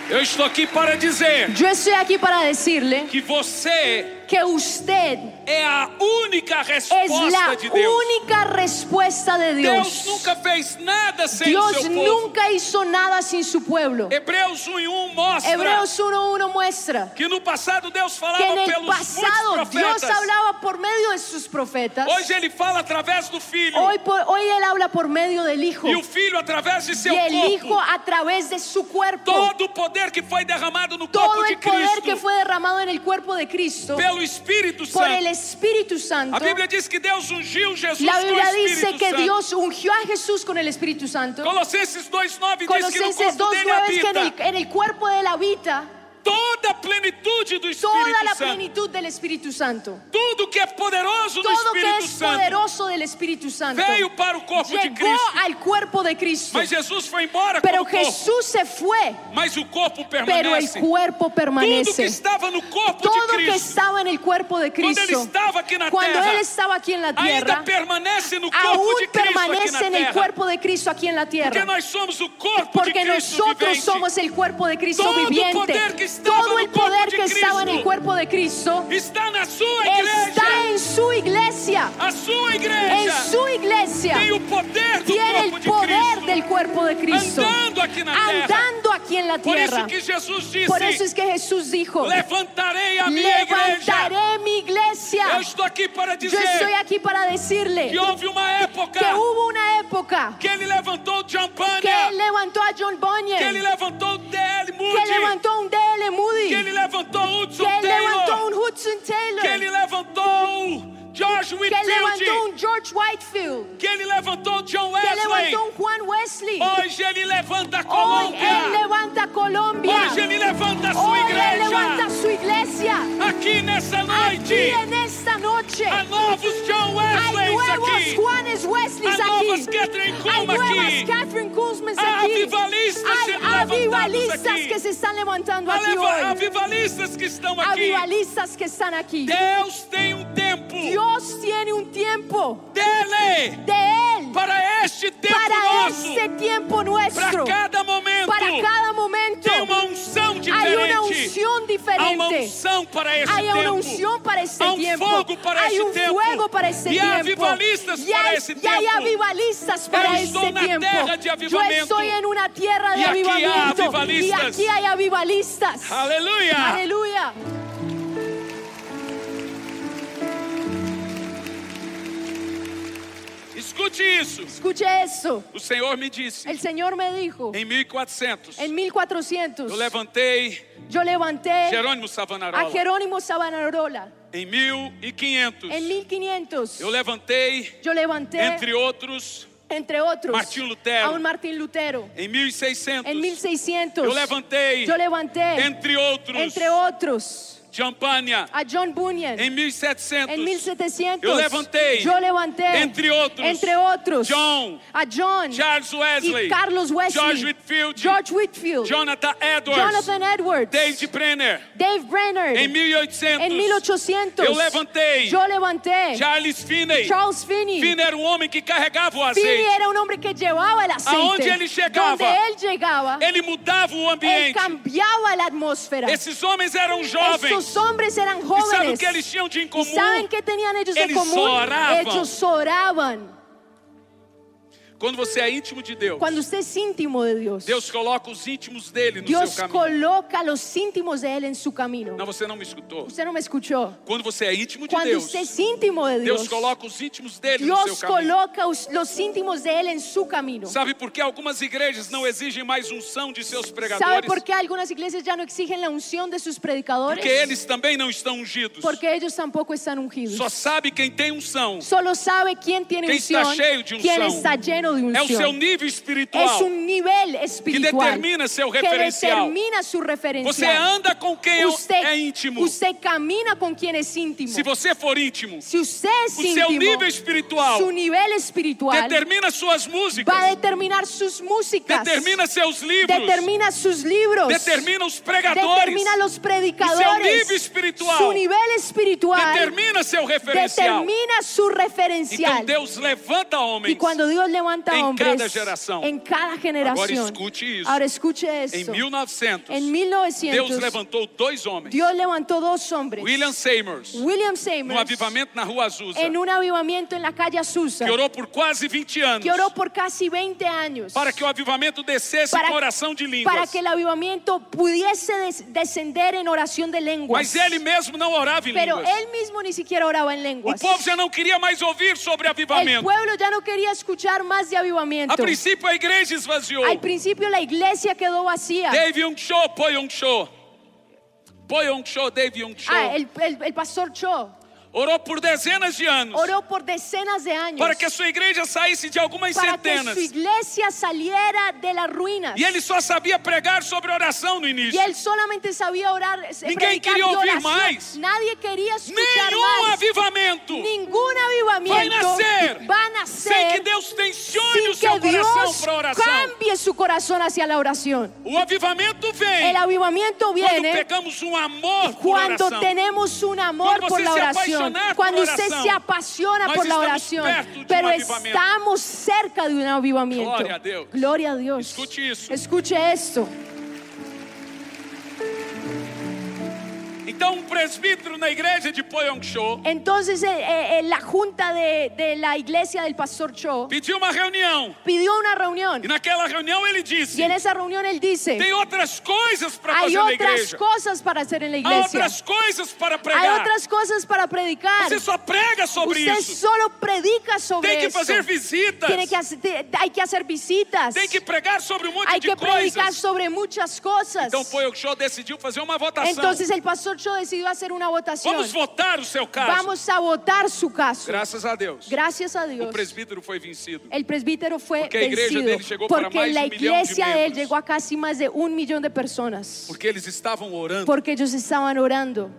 Speaker 1: Eu estou aqui para dizer
Speaker 2: Yo estoy aquí para decirle
Speaker 1: que você
Speaker 2: que usted
Speaker 1: é a única
Speaker 2: es la
Speaker 1: resposta de Deus.
Speaker 2: única respuesta de
Speaker 1: Deus
Speaker 2: Dios.
Speaker 1: nunca fez nada sem o
Speaker 2: Dios
Speaker 1: seu povo.
Speaker 2: nunca hizo nada sin su pueblo.
Speaker 1: Hebreus 1 e 1 mostra
Speaker 2: Hebreos 1.1 muestra
Speaker 1: que no passado Deus falava
Speaker 2: que en el
Speaker 1: pelos
Speaker 2: pasado
Speaker 1: muitos
Speaker 2: Dios
Speaker 1: profetas.
Speaker 2: hablaba por medio de sus profetas.
Speaker 1: Hoje ele fala através do filho
Speaker 2: Hoy, por- hoy Él habla por medio del Hijo.
Speaker 1: e o filho através de seu
Speaker 2: y el Hijo
Speaker 1: corpo.
Speaker 2: a través de su cuerpo.
Speaker 1: Todo o poder que foi derramado no corpo
Speaker 2: Todo
Speaker 1: de
Speaker 2: el poder
Speaker 1: Cristo
Speaker 2: que fue derramado en el cuerpo de Cristo
Speaker 1: pelo Espírito
Speaker 2: por
Speaker 1: Santo.
Speaker 2: el Espíritu Santo.
Speaker 1: A Bíblia diz que Deus ungiu Jesus
Speaker 2: La
Speaker 1: com o
Speaker 2: Biblia dice
Speaker 1: Espírito
Speaker 2: que
Speaker 1: Santo.
Speaker 2: Dios ungió a Jesús con el Espíritu Santo.
Speaker 1: Colossenses 2:9 diz que no
Speaker 2: Colosenses
Speaker 1: corpo dele
Speaker 2: 2.9 es que en
Speaker 1: habita
Speaker 2: el, en el cuerpo de él habita
Speaker 1: toda a plenitude do
Speaker 2: toda
Speaker 1: Espírito
Speaker 2: la
Speaker 1: Santo.
Speaker 2: plenitud del Espíritu Santo.
Speaker 1: Tudo que é poderoso no
Speaker 2: Todo que
Speaker 1: Espírito
Speaker 2: es
Speaker 1: Santo
Speaker 2: poderoso del Espíritu Santo
Speaker 1: veio para o corpo de
Speaker 2: llegó
Speaker 1: Cristo.
Speaker 2: al cuerpo de Cristo.
Speaker 1: Mas Jesus foi embora com
Speaker 2: Pero
Speaker 1: o corpo,
Speaker 2: Jesús se fue,
Speaker 1: mas o corpo
Speaker 2: pero el
Speaker 1: permanece.
Speaker 2: cuerpo
Speaker 1: Tudo que
Speaker 2: permanece.
Speaker 1: estava no corpo
Speaker 2: Todo
Speaker 1: de
Speaker 2: que
Speaker 1: Cristo,
Speaker 2: estaba en el cuerpo de
Speaker 1: quando ele
Speaker 2: Cristo,
Speaker 1: estava aqui na
Speaker 2: cuando
Speaker 1: terra,
Speaker 2: él estava aquí en la
Speaker 1: ainda
Speaker 2: tierra,
Speaker 1: permanece no
Speaker 2: aún
Speaker 1: corpo de Cristo aqui na
Speaker 2: permanece en el
Speaker 1: terra.
Speaker 2: cuerpo de Cristo aquí en la
Speaker 1: Porque
Speaker 2: tierra.
Speaker 1: nós somos o corpo de
Speaker 2: Porque
Speaker 1: Cristo
Speaker 2: nosotros
Speaker 1: vivente.
Speaker 2: somos el cuerpo de Cristo
Speaker 1: Todo
Speaker 2: viviente.
Speaker 1: poder que estaba
Speaker 2: Todo
Speaker 1: en
Speaker 2: el
Speaker 1: el cuerpo
Speaker 2: poder
Speaker 1: de
Speaker 2: que estaba en el
Speaker 1: Cristo
Speaker 2: cuerpo de Cristo
Speaker 1: Está na sua igreja.
Speaker 2: está en su iglesia.
Speaker 1: A sua
Speaker 2: En
Speaker 1: igreja
Speaker 2: su iglesia
Speaker 1: tem o poder do
Speaker 2: tiene el
Speaker 1: corpo de
Speaker 2: é poder
Speaker 1: Cristo
Speaker 2: del cuerpo de Cristo
Speaker 1: andando aqui na terra.
Speaker 2: andando aquí en la
Speaker 1: Por isso
Speaker 2: tierra.
Speaker 1: que Jesus disse:
Speaker 2: Por eso es que Jesús dijo,
Speaker 1: Levantarei a minha igreja.
Speaker 2: levantaré mi iglesia.
Speaker 1: Eu estou aqui para
Speaker 2: Yo estoy
Speaker 1: dizer
Speaker 2: aquí para decirle
Speaker 1: que houve uma época
Speaker 2: que hubo una época
Speaker 1: que ele levantou
Speaker 2: que
Speaker 1: Champania,
Speaker 2: levantó a John
Speaker 1: que ele
Speaker 2: Bunyan,
Speaker 1: levantou DL
Speaker 2: que
Speaker 1: Moody,
Speaker 2: levantó un D.L. Moody,
Speaker 1: que ele levantou Hudson
Speaker 2: que um levantó
Speaker 1: Taylor,
Speaker 2: un Hudson
Speaker 1: que ele
Speaker 2: Taylor,
Speaker 1: levantou George
Speaker 2: que levantó
Speaker 1: Whitfield,
Speaker 2: un George Whitefield,
Speaker 1: que ele levantou um John
Speaker 2: que
Speaker 1: Wesley.
Speaker 2: levantó un Juan Wesley.
Speaker 1: Hoje ele levanta a
Speaker 2: Hoy Él
Speaker 1: Colômbia.
Speaker 2: levanta a Colombia.
Speaker 1: Hoje ele levanta a sua
Speaker 2: Hoy Él
Speaker 1: igreja.
Speaker 2: levanta é su iglesia.
Speaker 1: Aqui nessa
Speaker 2: Aquí
Speaker 1: noite,
Speaker 2: en esta noche.
Speaker 1: há novos John
Speaker 2: Hay
Speaker 1: Wesleys
Speaker 2: nuevos
Speaker 1: aqui.
Speaker 2: Juanes Wesleys
Speaker 1: Há novas
Speaker 2: aquí.
Speaker 1: Catherine
Speaker 2: Hay
Speaker 1: Kuhlman
Speaker 2: nuevas
Speaker 1: aqui.
Speaker 2: Catherine Kuzmes
Speaker 1: Há
Speaker 2: aquí.
Speaker 1: avivalistas
Speaker 2: Hay
Speaker 1: sendo levantados
Speaker 2: avivalistas
Speaker 1: aqui.
Speaker 2: que se están levantando
Speaker 1: Há
Speaker 2: aquí
Speaker 1: leva- Há
Speaker 2: hoy.
Speaker 1: avivalistas que estão aqui.
Speaker 2: Avivalistas que están aquí.
Speaker 1: Deus tem um tempo
Speaker 2: Dios tiene un tiempo
Speaker 1: dele
Speaker 2: de Él
Speaker 1: para este tempo
Speaker 2: para
Speaker 1: nosso,
Speaker 2: este tiempo
Speaker 1: para
Speaker 2: nuestro,
Speaker 1: cada momento.
Speaker 2: para cada momento.
Speaker 1: Tem uma unção
Speaker 2: Hay una
Speaker 1: diferente.
Speaker 2: unción
Speaker 1: Há uma
Speaker 2: diferente.
Speaker 1: unção para este
Speaker 2: Hay una
Speaker 1: tempo.
Speaker 2: unción para este
Speaker 1: Há un
Speaker 2: tiempo.
Speaker 1: fuego para
Speaker 2: hay
Speaker 1: este
Speaker 2: un
Speaker 1: tiempo.
Speaker 2: fuego para este
Speaker 1: Y hay
Speaker 2: tiempo.
Speaker 1: avivalistas
Speaker 2: y
Speaker 1: para
Speaker 2: hay,
Speaker 1: ese
Speaker 2: y hay
Speaker 1: tiempo.
Speaker 2: avivalistas para
Speaker 1: Yo estoy
Speaker 2: este
Speaker 1: en una
Speaker 2: tiempo.
Speaker 1: tierra de
Speaker 2: Yo
Speaker 1: avivamiento.
Speaker 2: estoy en una tierra de
Speaker 1: Y aquí hay
Speaker 2: avivamiento. Y
Speaker 1: avivalistas.
Speaker 2: aquí hay avivalistas.
Speaker 1: Aleluia!
Speaker 2: Aleluya.
Speaker 1: Escute isso.
Speaker 2: Escuche eso.
Speaker 1: O Senhor me disse,
Speaker 2: El Señor me dijo
Speaker 1: em 1400,
Speaker 2: en 1400
Speaker 1: eu levantei
Speaker 2: yo levanté
Speaker 1: Jerônimo
Speaker 2: a
Speaker 1: Savanarola.
Speaker 2: Jerónimo Sabanarola.
Speaker 1: Em 1500,
Speaker 2: En 1500
Speaker 1: eu levantei,
Speaker 2: yo levanté
Speaker 1: entre outros,
Speaker 2: entre otros
Speaker 1: Martín Lutero.
Speaker 2: a un Martín Lutero.
Speaker 1: em 1600,
Speaker 2: En 1600
Speaker 1: eu levantei,
Speaker 2: yo levanté
Speaker 1: entre outros,
Speaker 2: entre otros
Speaker 1: Champania.
Speaker 2: a John Bunyan
Speaker 1: Em 1700,
Speaker 2: en 1700
Speaker 1: eu levantei,
Speaker 2: yo levanté
Speaker 1: entre otros,
Speaker 2: entre otros
Speaker 1: John,
Speaker 2: a John
Speaker 1: Charles Wesley,
Speaker 2: y Carlos Wesley
Speaker 1: George Whitfield,
Speaker 2: George Whitfield,
Speaker 1: Jonathan Edwards,
Speaker 2: Jonathan Edwards
Speaker 1: David Brenner.
Speaker 2: Dave Brenner
Speaker 1: Em 1800,
Speaker 2: en 1800
Speaker 1: eu levantei,
Speaker 2: yo levanté
Speaker 1: Charles Finney.
Speaker 2: Charles Finney
Speaker 1: Finney era o homem que carregava o
Speaker 2: Finney
Speaker 1: azeite.
Speaker 2: era un hombre que llevaba el aceite
Speaker 1: Aonde ele chegaba,
Speaker 2: donde él llegaba
Speaker 1: Ele mudava o
Speaker 2: él
Speaker 1: ambiente.
Speaker 2: cambiava la atmósfera
Speaker 1: Esses homens eram jovens.
Speaker 2: Estos hombres
Speaker 1: E
Speaker 2: eran
Speaker 1: sabe o
Speaker 2: jóvenes.
Speaker 1: que eles tinham de em
Speaker 2: ¿Y
Speaker 1: comum?
Speaker 2: saben qué tenían ellos de
Speaker 1: Eles
Speaker 2: común?
Speaker 1: oraban.
Speaker 2: Ellos oraban.
Speaker 1: Quando você é íntimo de Deus,
Speaker 2: Cuando usted es íntimo de Dios,
Speaker 1: Deus coloca os íntimos dele no
Speaker 2: Dios
Speaker 1: seu caminho.
Speaker 2: coloca a los íntimos de Él en su camino.
Speaker 1: Não, você não me escutou.
Speaker 2: Usted no me escuchó.
Speaker 1: Quando você é íntimo de
Speaker 2: Cuando
Speaker 1: Deus,
Speaker 2: usted es íntimo de
Speaker 1: Deus
Speaker 2: Dios,
Speaker 1: coloca os íntimos dele no seu
Speaker 2: Dios
Speaker 1: caminho.
Speaker 2: coloca os- los íntimos de Él en su camino.
Speaker 1: Sabe por que algumas igrejas não exigem mais unção de seus
Speaker 2: ¿Sabe
Speaker 1: pregadores?
Speaker 2: por qué algunas iglesias ya no exigen la unción de sus predicadores?
Speaker 1: Porque eles também não estão ungidos.
Speaker 2: Porque ellos tampoco están ungidos.
Speaker 1: Só sabe quem tem unção.
Speaker 2: Solo sabe quién tiene
Speaker 1: Quem está
Speaker 2: unción,
Speaker 1: cheio de
Speaker 2: quién
Speaker 1: unção.
Speaker 2: está lleno de
Speaker 1: É o seu
Speaker 2: unción.
Speaker 1: nível espiritual.
Speaker 2: Es un nivel espiritual
Speaker 1: determina seu
Speaker 2: que
Speaker 1: referencial.
Speaker 2: determina su
Speaker 1: Você
Speaker 2: referencial.
Speaker 1: anda com quem é- um é íntimo.
Speaker 2: usted camina con quien es íntimo.
Speaker 1: Se você for íntimo,
Speaker 2: si usted es
Speaker 1: o
Speaker 2: íntimo,
Speaker 1: seu nível espiritual
Speaker 2: su nivel espiritual
Speaker 1: determina suas músicas,
Speaker 2: va a determinar sus músicas,
Speaker 1: determina seus livros,
Speaker 2: determina sus libros,
Speaker 1: determina os pregadores,
Speaker 2: determina los
Speaker 1: seu
Speaker 2: predicadores,
Speaker 1: nível espiritual.
Speaker 2: su nivel espiritual
Speaker 1: determina seu referencial.
Speaker 2: determina su referencial.
Speaker 1: Então Deus levanta homens.
Speaker 2: y cuando Dios levanta
Speaker 1: en
Speaker 2: hombres
Speaker 1: em cada generación.
Speaker 2: en cada generación,
Speaker 1: Ahora escuche eso.
Speaker 2: ahora escuche
Speaker 1: Em
Speaker 2: esto.
Speaker 1: 1900,
Speaker 2: en
Speaker 1: Deus
Speaker 2: 1900,
Speaker 1: levantou dois homens.
Speaker 2: Dios levantó dos hombres.
Speaker 1: William Seymours,
Speaker 2: William Seymour
Speaker 1: no avivamento na Rua Azusa,
Speaker 2: en un avivamiento en la calle Azusa,
Speaker 1: que orou por quase 20 anos
Speaker 2: que oró por casi 20 años
Speaker 1: para que o avivamento descesse
Speaker 2: para-
Speaker 1: em oração de línguas.
Speaker 2: para que el avivamiento pudiese des- descender en oración de lenguas.
Speaker 1: Mas ele mesmo não orava em
Speaker 2: Pero
Speaker 1: línguas.
Speaker 2: él mismo ni siquiera oraba en
Speaker 1: O
Speaker 2: lenguas.
Speaker 1: povo já não queria mais ouvir
Speaker 2: É
Speaker 1: sobre
Speaker 2: El
Speaker 1: avivamento.
Speaker 2: pueblo ya no quería escuchar más de
Speaker 1: A
Speaker 2: avivamiento.
Speaker 1: princípio a igreja esvaziou.
Speaker 2: Al principio la iglesia quedó vacía.
Speaker 1: Dave Young Cho, Poi Young Cho. Poi Young Cho, Dave Young Cho.
Speaker 2: Ah, el, el- el pastor Cho
Speaker 1: Orou por dezenas de anos
Speaker 2: oró por decenas de años
Speaker 1: para que a sua igreja saísse de algumas
Speaker 2: para que su
Speaker 1: centenas.
Speaker 2: iglesia saliera de las ruínas.
Speaker 1: E ele só sabia pregar sobre oração no
Speaker 2: Y
Speaker 1: início.
Speaker 2: él solamente sabía orar, eh,
Speaker 1: Ninguém
Speaker 2: predicar
Speaker 1: queria
Speaker 2: de
Speaker 1: ouvir
Speaker 2: oración.
Speaker 1: mais.
Speaker 2: Nadie quería escuchar
Speaker 1: Nenhum
Speaker 2: más.
Speaker 1: avivamento
Speaker 2: Ningún
Speaker 1: vai
Speaker 2: avivamiento
Speaker 1: nascer
Speaker 2: va a
Speaker 1: sem que
Speaker 2: nacer
Speaker 1: Deus tensione o
Speaker 2: sin que
Speaker 1: seu coração
Speaker 2: Dios
Speaker 1: para oração.
Speaker 2: cambie su corazón hacia la oración.
Speaker 1: O avivamento vem
Speaker 2: El
Speaker 1: quando
Speaker 2: avivamiento viene
Speaker 1: pegamos um amor por
Speaker 2: cuando
Speaker 1: oração.
Speaker 2: tenemos un amor
Speaker 1: Cuando
Speaker 2: por
Speaker 1: usted
Speaker 2: la
Speaker 1: se
Speaker 2: oración,
Speaker 1: apasiona por
Speaker 2: cuando
Speaker 1: la
Speaker 2: usted
Speaker 1: oración.
Speaker 2: se apasiona
Speaker 1: Nós
Speaker 2: por la
Speaker 1: estamos
Speaker 2: oración,
Speaker 1: perto de un
Speaker 2: pero
Speaker 1: avivamiento.
Speaker 2: estamos cerca de un avivamiento.
Speaker 1: Gloria a Dios.
Speaker 2: Gloria a Dios.
Speaker 1: Escute isso.
Speaker 2: Escuche esto.
Speaker 1: Então um presbítero na igreja de Poyongcho
Speaker 2: Entonces eh, eh, eh, la junta de, de la iglesia del pastor Cho
Speaker 1: pediu uma reunião.
Speaker 2: pidió una reunión
Speaker 1: E naquela reunião ele disse:
Speaker 2: y en esa reunión él dice,
Speaker 1: Tem outras coisas para
Speaker 2: hay
Speaker 1: fazer na
Speaker 2: otras
Speaker 1: igreja.
Speaker 2: cosas para hacer en la
Speaker 1: Há
Speaker 2: iglesia,
Speaker 1: outras coisas para
Speaker 2: hay
Speaker 1: pregar.
Speaker 2: otras cosas para predicar,
Speaker 1: Você só prega sobre
Speaker 2: usted
Speaker 1: isso.
Speaker 2: solo predica
Speaker 1: Tem
Speaker 2: sobre
Speaker 1: que
Speaker 2: eso,
Speaker 1: fazer visitas.
Speaker 2: Tiene que hacer- te- hay que hacer visitas,
Speaker 1: Tem que pregar sobre um monte
Speaker 2: hay
Speaker 1: de
Speaker 2: que predicar
Speaker 1: coisas.
Speaker 2: sobre muchas cosas.
Speaker 1: Então Poyongcho decidiu fazer uma votação.
Speaker 2: Entonces el pastor Cho decidió hacer una votación,
Speaker 1: Vamos votar o seu caso.
Speaker 2: vamos a votar su caso,
Speaker 1: Graças a Deus.
Speaker 2: gracias a
Speaker 1: O
Speaker 2: Dios.
Speaker 1: presbítero foi vencido.
Speaker 2: El presbítero fue
Speaker 1: Porque la iglesia de él
Speaker 2: vencido
Speaker 1: llegó para más
Speaker 2: porque
Speaker 1: de
Speaker 2: la
Speaker 1: un millón de
Speaker 2: iglesia de él
Speaker 1: miembros.
Speaker 2: llegó a casi más de un millón de personas
Speaker 1: Porque eles estavam orando.
Speaker 2: porque ellos estaban orando.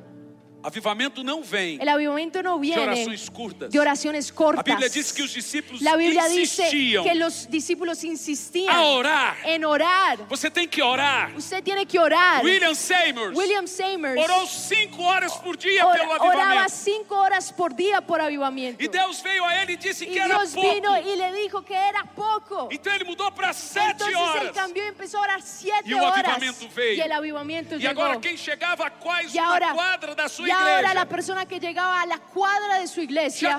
Speaker 1: Avivamento não vem
Speaker 2: El avivamiento no
Speaker 1: de
Speaker 2: viene
Speaker 1: orações curtas.
Speaker 2: de oraciones
Speaker 1: A
Speaker 2: cortas.
Speaker 1: Bíblia diz que os discípulos
Speaker 2: é La Biblia dice
Speaker 1: insistiam
Speaker 2: que los discípulos insistían
Speaker 1: a orar.
Speaker 2: en orar.
Speaker 1: Você tem que orar.
Speaker 2: Usted tiene que orar.
Speaker 1: William Seymour
Speaker 2: William Seymour
Speaker 1: orou cinco horas por dia
Speaker 2: or-
Speaker 1: pelo
Speaker 2: oraba
Speaker 1: avivamento.
Speaker 2: cinco horas por día por avivamiento.
Speaker 1: E Deus veio a ele e disse
Speaker 2: Y
Speaker 1: que era
Speaker 2: Dios vino
Speaker 1: pouco.
Speaker 2: y le dijo que era poco.
Speaker 1: Então ele mudou para sete
Speaker 2: Entonces él
Speaker 1: horas.
Speaker 2: cambió y empezó a orar siete
Speaker 1: Y un
Speaker 2: horas.
Speaker 1: avivamiento veio.
Speaker 2: Y el avivamiento
Speaker 1: E
Speaker 2: llegó.
Speaker 1: agora quem chegava a quase
Speaker 2: y ahora,
Speaker 1: uma quadra da sua
Speaker 2: y ahora la
Speaker 1: igreja
Speaker 2: persona que llegaba a la cuadra de su iglesia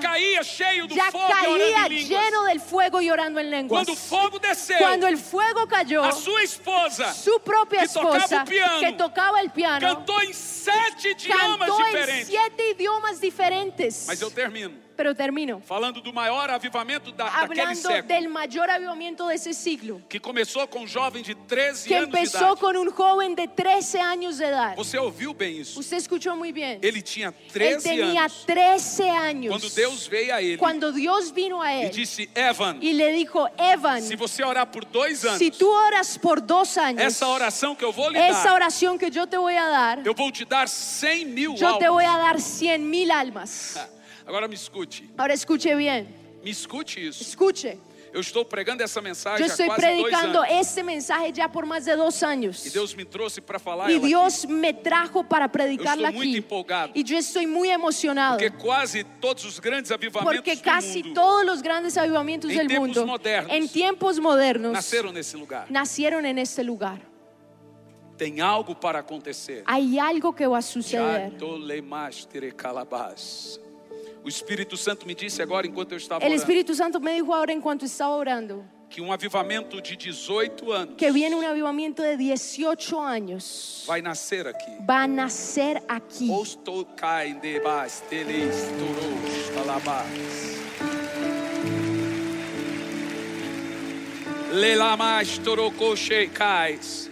Speaker 1: já caía cheio do
Speaker 2: ya
Speaker 1: fogo e orando
Speaker 2: caía
Speaker 1: em línguas.
Speaker 2: lleno del fuego y orando en lenguas.
Speaker 1: Quando o fogo desceu,
Speaker 2: Cuando el fuego cayó,
Speaker 1: a sua esposa
Speaker 2: su propia
Speaker 1: que tocava
Speaker 2: esposa
Speaker 1: o piano,
Speaker 2: que tocaba el piano
Speaker 1: cantou em sete idiomas
Speaker 2: cantó en
Speaker 1: diferentes.
Speaker 2: siete idiomas diferentes.
Speaker 1: Mas eu termino
Speaker 2: Pero termino
Speaker 1: falando do maior avivamento da, daquele
Speaker 2: hablando
Speaker 1: século,
Speaker 2: del mayor avivamiento de ese siglo,
Speaker 1: que começou com um jovem de 13
Speaker 2: que
Speaker 1: anos de
Speaker 2: empezó
Speaker 1: idade.
Speaker 2: con un joven de 13 años de edad.
Speaker 1: Você ouviu bem isso?
Speaker 2: Usted escuchó muy bien.
Speaker 1: Ele tinha
Speaker 2: Él
Speaker 1: 13
Speaker 2: tenía
Speaker 1: anos
Speaker 2: 13 años.
Speaker 1: quando Deus veio a ele
Speaker 2: Cuando Dios vino a
Speaker 1: e
Speaker 2: él
Speaker 1: disse: Evan,
Speaker 2: y le dijo, Evan,
Speaker 1: se você orar por dois anos,
Speaker 2: si tú oras por dos años,
Speaker 1: essa oração que eu vou lhe
Speaker 2: esa
Speaker 1: dar,
Speaker 2: oración que yo te voy a dar,
Speaker 1: eu vou te dar 100 mil
Speaker 2: yo te
Speaker 1: almas."
Speaker 2: voy a dar 100 mil almas.
Speaker 1: Agora me escute,
Speaker 2: Ahora escuche bien,
Speaker 1: me escute isso.
Speaker 2: escuche.
Speaker 1: Eu estou pregando essa mensagem
Speaker 2: Yo
Speaker 1: há
Speaker 2: estoy
Speaker 1: quase dois
Speaker 2: predicando
Speaker 1: anos.
Speaker 2: este mensaje ya por más de dos años.
Speaker 1: E Deus me trouxe para falar
Speaker 2: Y
Speaker 1: ela aqui.
Speaker 2: Dios me trajo para predicarla
Speaker 1: Yo estoy muy
Speaker 2: aquí.
Speaker 1: empolgado.
Speaker 2: Y yo estoy muy emocionado.
Speaker 1: Porque quase todos os grandes avivamentos
Speaker 2: Porque
Speaker 1: do
Speaker 2: casi
Speaker 1: mundo
Speaker 2: todos los grandes avivamientos
Speaker 1: En
Speaker 2: del
Speaker 1: tiempos
Speaker 2: mundo
Speaker 1: modernos.
Speaker 2: en tiempos modernos
Speaker 1: nasceram nesse lugar.
Speaker 2: nacieron en este lugar.
Speaker 1: Tem algo para acontecer.
Speaker 2: Hay algo que va a suceder.
Speaker 1: Chatolemastere calabás. O Espírito Santo me disse agora, enquanto eu estava
Speaker 2: El
Speaker 1: orando,
Speaker 2: Espíritu Santo me dijo ahora en cuanto estaba orando
Speaker 1: que um avivamento de 18 anos
Speaker 2: que viene un avivamiento de 18 años.
Speaker 1: vai nascer aqui.
Speaker 2: Va a nacer aquí.
Speaker 1: Os tocai debaixo deles, toros, talabás. Lelamás, torocochecais.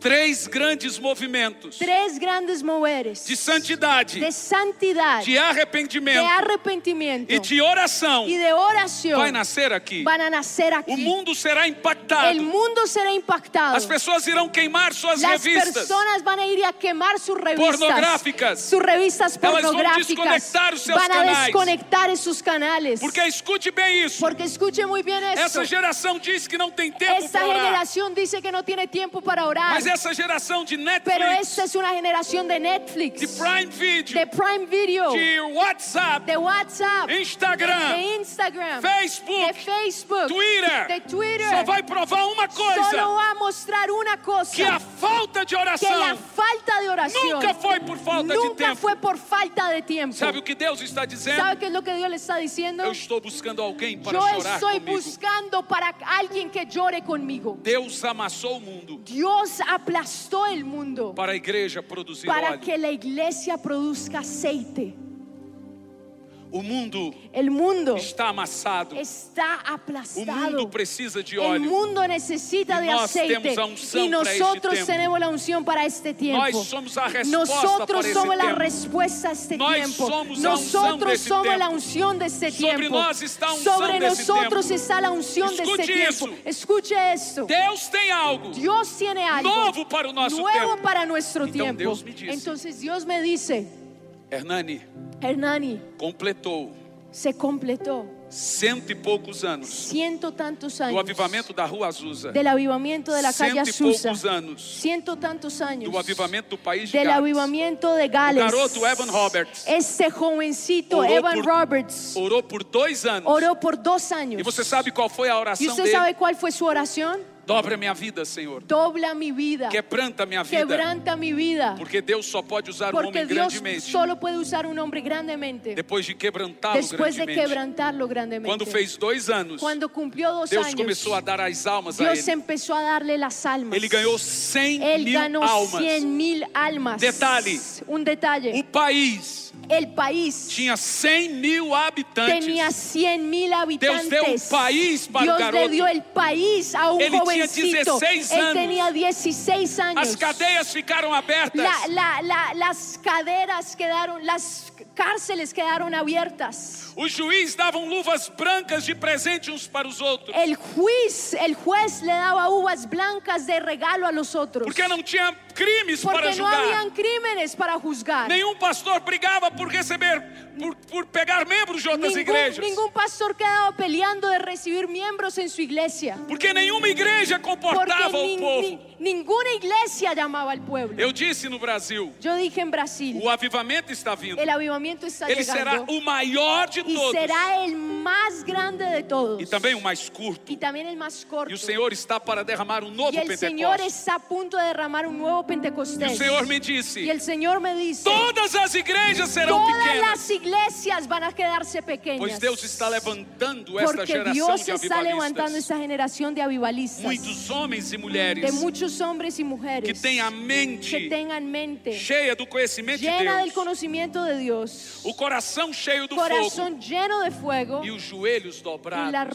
Speaker 1: Três grandes movimentos
Speaker 2: Tres grandes moveres
Speaker 1: de santidade,
Speaker 2: de santidad,
Speaker 1: de
Speaker 2: de
Speaker 1: arrependimento
Speaker 2: arrepentimiento
Speaker 1: e de oração
Speaker 2: y de
Speaker 1: vai
Speaker 2: oración
Speaker 1: nascer aqui.
Speaker 2: van a nacer
Speaker 1: O
Speaker 2: aquí.
Speaker 1: mundo será
Speaker 2: El
Speaker 1: impactado.
Speaker 2: mundo será impactado.
Speaker 1: As pessoas irão queimar suas
Speaker 2: Las
Speaker 1: revistas.
Speaker 2: personas van a ir a quemar sus revistas
Speaker 1: Pornográficas.
Speaker 2: Sus revistas
Speaker 1: van a
Speaker 2: pornográficas.
Speaker 1: desconectar sus
Speaker 2: Van a
Speaker 1: canales.
Speaker 2: desconectar esos canales.
Speaker 1: Porque escute bem isso.
Speaker 2: Porque escuche muy bien esto.
Speaker 1: Essa geração diz que não tem tempo
Speaker 2: Esta
Speaker 1: para orar.
Speaker 2: generación dice que no tiene tiempo para orar.
Speaker 1: Mas essa geração de
Speaker 2: Pero
Speaker 1: Netflix,
Speaker 2: esta es una generación de Netflix,
Speaker 1: de Prime Video,
Speaker 2: de Prime Video,
Speaker 1: de WhatsApp,
Speaker 2: de WhatsApp,
Speaker 1: Instagram,
Speaker 2: de Instagram, de
Speaker 1: Facebook,
Speaker 2: Facebook,
Speaker 1: Twitter,
Speaker 2: de Twitter.
Speaker 1: só vai provar uma
Speaker 2: Solo
Speaker 1: coisa:
Speaker 2: va a mostrar una cosa.
Speaker 1: que a falta de
Speaker 2: que la
Speaker 1: oração
Speaker 2: falta de oración
Speaker 1: nunca foi por falta de
Speaker 2: nunca
Speaker 1: tempo.
Speaker 2: fue por falta de tiempo.
Speaker 1: Sabe o que Deus está
Speaker 2: ¿Sabe
Speaker 1: dizendo?
Speaker 2: qué es lo que Dios le está diciendo?
Speaker 1: Eu estou buscando alguém para
Speaker 2: Yo
Speaker 1: chorar
Speaker 2: estoy
Speaker 1: comigo.
Speaker 2: buscando para alguien que llore conmigo.
Speaker 1: Deus amassou o mundo
Speaker 2: Dios aplastó el mundo
Speaker 1: para a igreja produzir
Speaker 2: para
Speaker 1: óleo.
Speaker 2: que la iglesia produzca aceite.
Speaker 1: O mundo
Speaker 2: El mundo
Speaker 1: está amassado.
Speaker 2: está
Speaker 1: O mundo
Speaker 2: aplastado.
Speaker 1: precisa de
Speaker 2: El
Speaker 1: óleo.
Speaker 2: mundo necesita
Speaker 1: Y
Speaker 2: de
Speaker 1: nós temos
Speaker 2: aceite
Speaker 1: a unção para este
Speaker 2: y nosotros
Speaker 1: tempo.
Speaker 2: tenemos la unción para este tiempo.
Speaker 1: Nós somos a resposta para
Speaker 2: Nosotros
Speaker 1: esse
Speaker 2: somos la
Speaker 1: tempo.
Speaker 2: respuesta a este
Speaker 1: Nós
Speaker 2: tiempo.
Speaker 1: somos a unção
Speaker 2: Nosotros
Speaker 1: desse
Speaker 2: somos
Speaker 1: tempo.
Speaker 2: la unción de este
Speaker 1: Sobre
Speaker 2: tiempo.
Speaker 1: nós está a unção
Speaker 2: Sobre
Speaker 1: desse
Speaker 2: nosotros
Speaker 1: tempo.
Speaker 2: está la unción de este
Speaker 1: Escute
Speaker 2: tiempo.
Speaker 1: isso.
Speaker 2: Escuche esto.
Speaker 1: Deus tem algo
Speaker 2: Dios tiene algo
Speaker 1: novo para o nosso
Speaker 2: nuevo
Speaker 1: tempo.
Speaker 2: para nuestro
Speaker 1: Então
Speaker 2: tiempo.
Speaker 1: Deus me dice.
Speaker 2: Entonces Dios me dice,
Speaker 1: Hernani
Speaker 2: Hernani,
Speaker 1: completou
Speaker 2: se completó
Speaker 1: cento e poucos anos
Speaker 2: ciento tantos
Speaker 1: do
Speaker 2: años
Speaker 1: avivamento da Rua Azusa,
Speaker 2: del avivamiento de la calle
Speaker 1: cento e
Speaker 2: Azusa.
Speaker 1: poucos anos
Speaker 2: ciento tantos años
Speaker 1: do avivamento do país de
Speaker 2: del
Speaker 1: Gales.
Speaker 2: avivamiento de Gales.
Speaker 1: O garoto Evan Roberts.
Speaker 2: Este jovencito
Speaker 1: Oró
Speaker 2: Evan
Speaker 1: por-
Speaker 2: Roberts
Speaker 1: Orou por dois anos.
Speaker 2: oró por dos años.
Speaker 1: E você sabe qual foi a
Speaker 2: ¿Y
Speaker 1: oração
Speaker 2: usted
Speaker 1: dele?
Speaker 2: sabe cuál fue su oración?
Speaker 1: Dobra minha vida, Senhor.
Speaker 2: Dobla mi vida,
Speaker 1: Quebranta minha vida.
Speaker 2: quebranta mi vida,
Speaker 1: Porque Deus só pode usar um
Speaker 2: porque
Speaker 1: homem
Speaker 2: Dios
Speaker 1: grandemente
Speaker 2: solo puede usar un hombre grandemente
Speaker 1: depois de quebrantá-lo
Speaker 2: después de
Speaker 1: grandemente.
Speaker 2: quebrantarlo grandemente.
Speaker 1: Quando fez dois anos,
Speaker 2: Cuando cumplió dos
Speaker 1: Deus
Speaker 2: años,
Speaker 1: começou a dar as almas a
Speaker 2: Dios
Speaker 1: ele.
Speaker 2: empezó a darle las almas.
Speaker 1: Ele ganhou 100
Speaker 2: Él
Speaker 1: mil
Speaker 2: ganó
Speaker 1: almas.
Speaker 2: 100 mil almas.
Speaker 1: Detalhe.
Speaker 2: Un detalle.
Speaker 1: O país
Speaker 2: El país
Speaker 1: tinha 100 mil habitantes.
Speaker 2: tenía 100 mil habitantes.
Speaker 1: deu um país para o
Speaker 2: Dios
Speaker 1: garoto.
Speaker 2: le dio el país a un
Speaker 1: Ele tinha
Speaker 2: jovencito.
Speaker 1: 16
Speaker 2: Él
Speaker 1: anos.
Speaker 2: tenía 16 años.
Speaker 1: As cadeias ficaram abertas.
Speaker 2: La- la- la- las caderas quedaron, las cárceles quedaron abiertas.
Speaker 1: Os juízes davam luvas brancas de presente uns para os outros.
Speaker 2: El juez, el juez le daba uvas blancas de regalo a los otros.
Speaker 1: Porque não tinha crimes para
Speaker 2: Porque no
Speaker 1: julgar.
Speaker 2: habían crímenes para juzgar.
Speaker 1: Nenhum pastor brigava por receber, por, por pegar membros de outras
Speaker 2: Ningún,
Speaker 1: igrejas.
Speaker 2: ningún pastor quedaba peleando de recibir miembros en su iglesia.
Speaker 1: Porque nenhuma igreja comportava
Speaker 2: Porque
Speaker 1: o
Speaker 2: ni-
Speaker 1: povo.
Speaker 2: ni- ninguna iglesia llamaba al pueblo.
Speaker 1: Eu disse no Brasil,
Speaker 2: Yo dije en Brasil,
Speaker 1: o avivamento está vindo.
Speaker 2: el avivamiento está
Speaker 1: Ele será
Speaker 2: llegando
Speaker 1: o maior de
Speaker 2: y
Speaker 1: todos.
Speaker 2: será el más grande de todos
Speaker 1: E também o mais curto.
Speaker 2: y también el más corto.
Speaker 1: E o Senhor está para derramar um novo
Speaker 2: Y el Señor
Speaker 1: Pentecostes.
Speaker 2: está a punto de derramar un nuevo
Speaker 1: E o
Speaker 2: Pentecostés.
Speaker 1: Senhor me
Speaker 2: Y
Speaker 1: disse:
Speaker 2: el Señor me dice,
Speaker 1: todas as igrejas serão
Speaker 2: todas
Speaker 1: pequenas,
Speaker 2: las iglesias van a quedarse
Speaker 1: pois
Speaker 2: pequeñas.
Speaker 1: Deus Pues está levantando esta
Speaker 2: Porque
Speaker 1: geração
Speaker 2: Dios
Speaker 1: de
Speaker 2: está levantando
Speaker 1: avivalistas.
Speaker 2: esta generación de avivalistas,
Speaker 1: Muitos homens e
Speaker 2: de
Speaker 1: mulheres
Speaker 2: muchos hombres y
Speaker 1: que
Speaker 2: mujeres
Speaker 1: têm a
Speaker 2: que
Speaker 1: mente
Speaker 2: tengan mente
Speaker 1: cheia do conhecimento de
Speaker 2: llena del
Speaker 1: Deus,
Speaker 2: conocimiento de Dios,
Speaker 1: o coração cheio do fogo
Speaker 2: corazón lleno de fuego
Speaker 1: e os joelhos
Speaker 2: y las
Speaker 1: dobrados,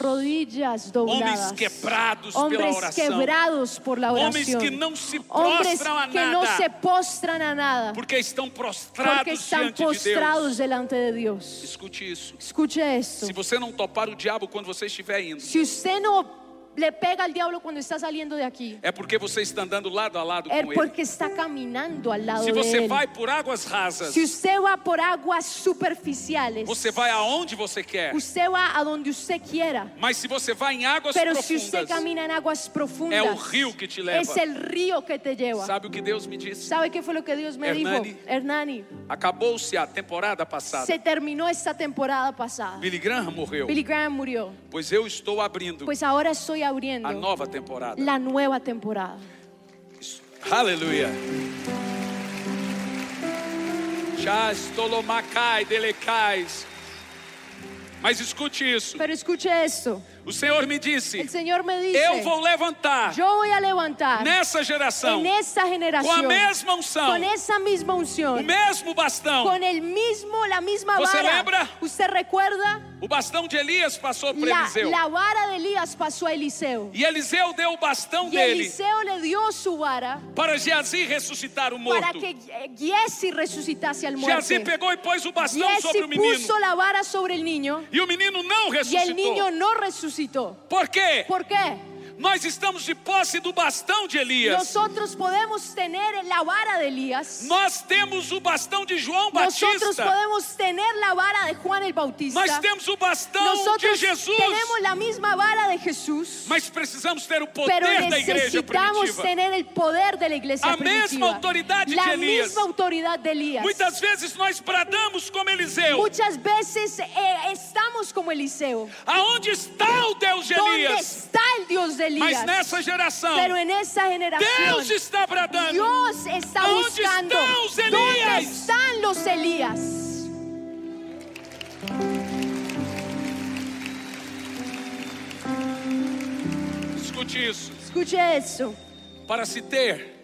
Speaker 1: homens
Speaker 2: rodillas dobladas,
Speaker 1: quebrados pela
Speaker 2: hombres
Speaker 1: oração,
Speaker 2: quebrados por la
Speaker 1: Homens
Speaker 2: oración,
Speaker 1: que não se
Speaker 2: hombres
Speaker 1: prostram a
Speaker 2: que no
Speaker 1: nada.
Speaker 2: se postran a nada
Speaker 1: porque estão
Speaker 2: porque
Speaker 1: prostrados
Speaker 2: están
Speaker 1: diante de Deus.
Speaker 2: postrados delante de Dios.
Speaker 1: Escute isso.
Speaker 2: Escuche esto,
Speaker 1: Se você não topar o diabo quando você estiver indo,
Speaker 2: si usted no le pega al diablo cuando está saliendo de aquí,
Speaker 1: é porque você está andando lado a lado
Speaker 2: es
Speaker 1: com ele.
Speaker 2: É porque está caminando al lado
Speaker 1: Se
Speaker 2: de
Speaker 1: você
Speaker 2: él.
Speaker 1: vai por águas rasas,
Speaker 2: Si usted va por aguas superficiales,
Speaker 1: você vai aonde você quer.
Speaker 2: usted va a donde usted quiera.
Speaker 1: Mas se você vai em águas
Speaker 2: Pero si usted
Speaker 1: profundas,
Speaker 2: camina en aguas profundas,
Speaker 1: É o rio que te leva.
Speaker 2: es el río que te lleva.
Speaker 1: sabe o que Deus me disse?
Speaker 2: ¿Sabe qué fue lo que Dios me
Speaker 1: Hernani.
Speaker 2: dijo? Hernani,
Speaker 1: Acabou-se a temporada passada.
Speaker 2: se terminó esta temporada pasada.
Speaker 1: Billy Graham morreu.
Speaker 2: Billy Graham murió.
Speaker 1: Pois eu estou abrindo
Speaker 2: Pues ahora estoy abriendo
Speaker 1: a nova temporada.
Speaker 2: la nueva temporada.
Speaker 1: Aleluia. Chás, Tolomacai, Delecais. Mas escute isso.
Speaker 2: Pero escuche esto.
Speaker 1: O Senhor me disse:
Speaker 2: El Señor me dice,
Speaker 1: Eu vou levantar
Speaker 2: yo voy a levantar
Speaker 1: nessa geração
Speaker 2: en esta
Speaker 1: com a
Speaker 2: generación
Speaker 1: mesma unção,
Speaker 2: con esa misma
Speaker 1: o
Speaker 2: unción,
Speaker 1: mesmo bastão.
Speaker 2: con el mismo, la misma
Speaker 1: ¿Usted
Speaker 2: vara.
Speaker 1: lembra?
Speaker 2: ¿Usted recuerda?
Speaker 1: O bastão de Elias passou por
Speaker 2: La,
Speaker 1: Eliseu.
Speaker 2: la vara de Elías pasó a Eliseo.
Speaker 1: E Eliseu deu o bastão
Speaker 2: Y
Speaker 1: dele
Speaker 2: Eliseo le dio su vara
Speaker 1: para Geazi ressuscitar o
Speaker 2: para
Speaker 1: morto.
Speaker 2: que eh, Giesi resucitase al
Speaker 1: Geazi
Speaker 2: muerto.
Speaker 1: pegou e pôs o bastão sobre
Speaker 2: Giesi
Speaker 1: o menino.
Speaker 2: puso la vara sobre el niño
Speaker 1: E o menino não
Speaker 2: y el niño
Speaker 1: ressuscitou.
Speaker 2: no resucitó.
Speaker 1: Por quê?
Speaker 2: ¿Por qué?
Speaker 1: Nós estamos de posse do bastão de Elias.
Speaker 2: Nosotros podemos tener la vara de Elías.
Speaker 1: Nós temos o bastão de João
Speaker 2: Nosotros
Speaker 1: Batista.
Speaker 2: podemos tener la vara de Juan el Bautista.
Speaker 1: Nós temos o bastão de
Speaker 2: Nosotros
Speaker 1: Jesus.
Speaker 2: tenemos la misma vara de Jesús,
Speaker 1: Mas precisamos ter o
Speaker 2: pero
Speaker 1: poder da igreja
Speaker 2: necesitamos
Speaker 1: primitiva.
Speaker 2: tener el poder de la iglesia
Speaker 1: A mesma
Speaker 2: primitiva.
Speaker 1: autoridade
Speaker 2: la
Speaker 1: de Elías.
Speaker 2: misma autoridad de Elías.
Speaker 1: Muitas vezes nós bradamos como Eliseu.
Speaker 2: Muchas veces eh, estamos como Eliseo.
Speaker 1: Aonde está o Deus de
Speaker 2: ¿Dónde
Speaker 1: Elias?
Speaker 2: está el Dios de Elías?
Speaker 1: Mas nessa geração,
Speaker 2: pero en esa generación
Speaker 1: Deus está bradando.
Speaker 2: Dios está
Speaker 1: ¿Dónde
Speaker 2: buscando
Speaker 1: están los
Speaker 2: dónde
Speaker 1: Elías?
Speaker 2: están los Elías.
Speaker 1: Escute isso.
Speaker 2: Escuche eso.
Speaker 1: Para se ter,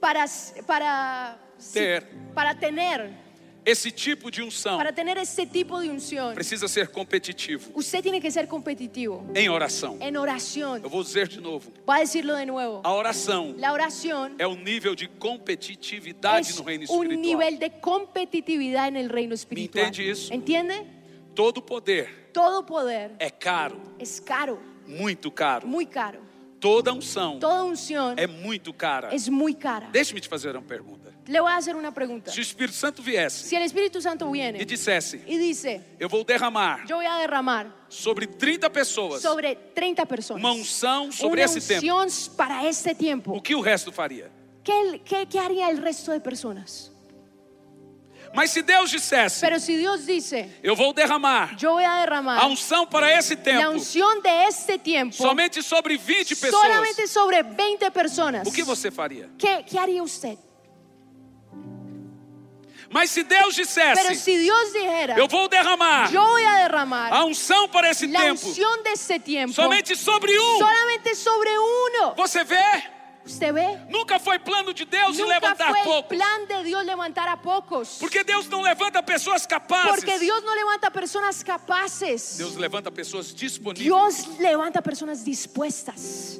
Speaker 2: Para, para,
Speaker 1: Ter.
Speaker 2: para tener
Speaker 1: esse tipo de unção,
Speaker 2: para tener ese tipo de unción,
Speaker 1: precisa ser competitivo
Speaker 2: usted tiene que ser competitivo
Speaker 1: em oração.
Speaker 2: en oración.
Speaker 1: Eu vou dizer de novo.
Speaker 2: Va a decirlo de nuevo.
Speaker 1: A oração
Speaker 2: La oración
Speaker 1: é o nível de competitividade
Speaker 2: es
Speaker 1: no reino
Speaker 2: un
Speaker 1: espiritual.
Speaker 2: nivel de competitividad en el reino espiritual.
Speaker 1: entiende eso?
Speaker 2: ¿Entiende?
Speaker 1: Todo poder
Speaker 2: Todo poder
Speaker 1: é caro,
Speaker 2: es caro,
Speaker 1: muito caro.
Speaker 2: muy caro.
Speaker 1: Toda unção
Speaker 2: Toda unción
Speaker 1: é muito cara.
Speaker 2: es muy cara.
Speaker 1: Deixe-me te fazer uma pergunta.
Speaker 2: Le voy a hacer una pregunta.
Speaker 1: Se o Espírito Santo viesse
Speaker 2: Si el Espíritu Santo
Speaker 1: e
Speaker 2: viene
Speaker 1: dissesse:
Speaker 2: y dice,
Speaker 1: Eu vou derramar
Speaker 2: yo voy a derramar
Speaker 1: sobre 30 pessoas
Speaker 2: sobre 30 personas
Speaker 1: uma unção Pues, sobre
Speaker 2: una
Speaker 1: esse tempo,
Speaker 2: unción para este tiempo,
Speaker 1: o que o resto faria?
Speaker 2: ¿qué, qué, qué haría el resto de personas?
Speaker 1: Mas se Deus dissesse:
Speaker 2: Pero si Dios dice,
Speaker 1: Eu vou derramar
Speaker 2: yo voy a
Speaker 1: a
Speaker 2: derramar
Speaker 1: unção para esse
Speaker 2: la
Speaker 1: tempo
Speaker 2: unción de este tiempo
Speaker 1: somente sobre 20 pessoas,
Speaker 2: solamente sobre 20 personas,
Speaker 1: o que você faria?
Speaker 2: ¿qué, qué haría usted?
Speaker 1: Mas se Deus
Speaker 2: Pero
Speaker 1: dissesse:
Speaker 2: si Dios dijera,
Speaker 1: Eu vou derramar
Speaker 2: yo voy a derramar
Speaker 1: a unção para esse
Speaker 2: la
Speaker 1: tempo
Speaker 2: unción de este tiempo
Speaker 1: somente sobre um,
Speaker 2: solamente sobre uno,
Speaker 1: você vê?
Speaker 2: ¿usted ve?
Speaker 1: Nunca foi plano de Deus
Speaker 2: Nunca
Speaker 1: levantar
Speaker 2: fue el
Speaker 1: poucos.
Speaker 2: plan de Dios levantar a pocos.
Speaker 1: Porque Deus não levanta pessoas capazes.
Speaker 2: Porque Dios no levanta personas capaces.
Speaker 1: Deus levanta pessoas disponíveis.
Speaker 2: Dios levanta personas dispuestas.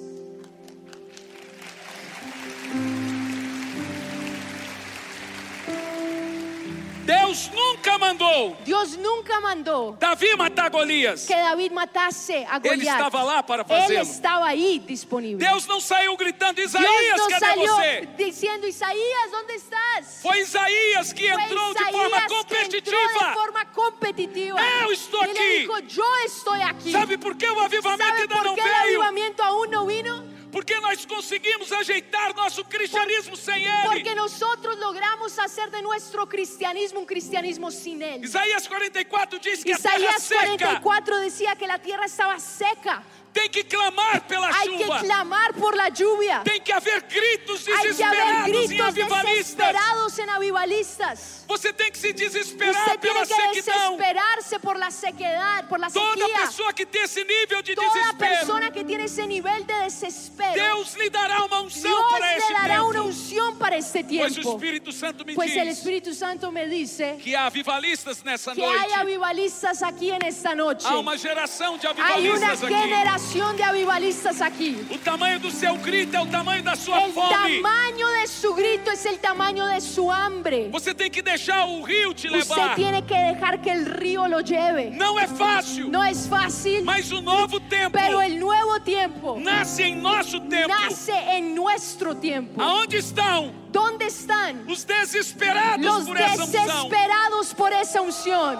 Speaker 1: Deus nunca mandou
Speaker 2: Dios nunca mandó
Speaker 1: Davi matar Golias.
Speaker 2: que David matase a Goliat.
Speaker 1: Ele estava lá para
Speaker 2: Él
Speaker 1: fazê-lo.
Speaker 2: estaba ahí disponible.
Speaker 1: Deus não saiu gritando:
Speaker 2: Dios
Speaker 1: Isaías,
Speaker 2: no
Speaker 1: cadê
Speaker 2: salió
Speaker 1: você?
Speaker 2: diciendo Isaías, ¿dónde estás?
Speaker 1: Foi Isaías que
Speaker 2: Fue
Speaker 1: entrou de forma
Speaker 2: Isaías que entró de
Speaker 1: competitiva.
Speaker 2: forma competitiva.
Speaker 1: Eu estou
Speaker 2: y
Speaker 1: aqui.
Speaker 2: le dijo, yo estoy aquí.
Speaker 1: Sabe por que o avivamento
Speaker 2: ¿Sabe
Speaker 1: ainda
Speaker 2: por
Speaker 1: não
Speaker 2: qué el
Speaker 1: veio?
Speaker 2: avivamiento aún no vino?
Speaker 1: Porque nós conseguimos ajeitar nosso cristianismo sem
Speaker 2: Porque
Speaker 1: ele.
Speaker 2: nosotros logramos hacer de nuestro cristianismo un cristianismo sin él.
Speaker 1: Isaías 44 diz que a terra
Speaker 2: Isaías
Speaker 1: seca
Speaker 2: 44 decía que la tierra estaba seca.
Speaker 1: tem que clamar pela
Speaker 2: Hay que
Speaker 1: chuva.
Speaker 2: clamar por la lluvia.
Speaker 1: Tem que haver gritos
Speaker 2: Hay que haber
Speaker 1: desesperados e
Speaker 2: gritos
Speaker 1: avivalistas.
Speaker 2: desesperados en avivalistas.
Speaker 1: Você tem que se desesperar
Speaker 2: Usted
Speaker 1: pela
Speaker 2: tiene que
Speaker 1: sequidão.
Speaker 2: desesperarse por la sequedad, por la
Speaker 1: Toda
Speaker 2: sequía.
Speaker 1: pessoa que tem esse nível de
Speaker 2: Toda
Speaker 1: desespero,
Speaker 2: persona que tiene ese nivel de desespero,
Speaker 1: Deus lhe dará uma unção
Speaker 2: Dios
Speaker 1: para Pues esse
Speaker 2: le dará um una
Speaker 1: tempo.
Speaker 2: unción para
Speaker 1: Pois
Speaker 2: este
Speaker 1: o
Speaker 2: tiempo.
Speaker 1: Espírito Santo me
Speaker 2: Pues el
Speaker 1: diz
Speaker 2: Espíritu Santo me dice
Speaker 1: que há avivalistas nessa
Speaker 2: que hay
Speaker 1: noite.
Speaker 2: avivalistas aquí en esta noche.
Speaker 1: Há uma geração de
Speaker 2: Hay una
Speaker 1: avivalistas aqui.
Speaker 2: generación de avivalistas aquí.
Speaker 1: O tamanho do seu grito é o tamanho da sua
Speaker 2: El
Speaker 1: fome.
Speaker 2: tamaño de su grito es el tamaño de su hambre.
Speaker 1: Você tem que deixar o rio te
Speaker 2: Usted
Speaker 1: levar.
Speaker 2: tiene que dejar que el río lo lleve.
Speaker 1: Não é fácil,
Speaker 2: No es fácil,
Speaker 1: mas o novo tempo
Speaker 2: pero el nuevo tiempo
Speaker 1: nasce em nosso tempo.
Speaker 2: nace en nuestro tiempo.
Speaker 1: Aonde estão
Speaker 2: ¿Dónde están
Speaker 1: os desesperados
Speaker 2: los
Speaker 1: por essa unção?
Speaker 2: desesperados por esa unción?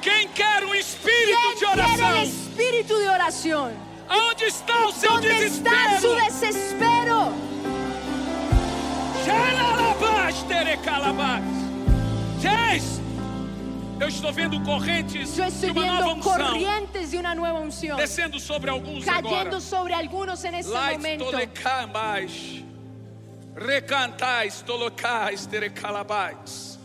Speaker 1: Quem quer um espírito
Speaker 2: ¿Quién
Speaker 1: de
Speaker 2: quiere el
Speaker 1: oração?
Speaker 2: espíritu de oración?
Speaker 1: Aonde está o seu
Speaker 2: ¿Dónde está su
Speaker 1: desespero?
Speaker 2: desespero?
Speaker 1: Xalalabash, terecalabash. Gente, Eu estou vendo correntes
Speaker 2: Yo
Speaker 1: de
Speaker 2: estoy
Speaker 1: uma nova
Speaker 2: viendo
Speaker 1: unção
Speaker 2: corrientes de una nueva unción
Speaker 1: descendo sobre alguns agora.
Speaker 2: cayendo sobre algunos en este
Speaker 1: Light
Speaker 2: momento.
Speaker 1: tolekambas. Recantais, tolocais, terecalabais.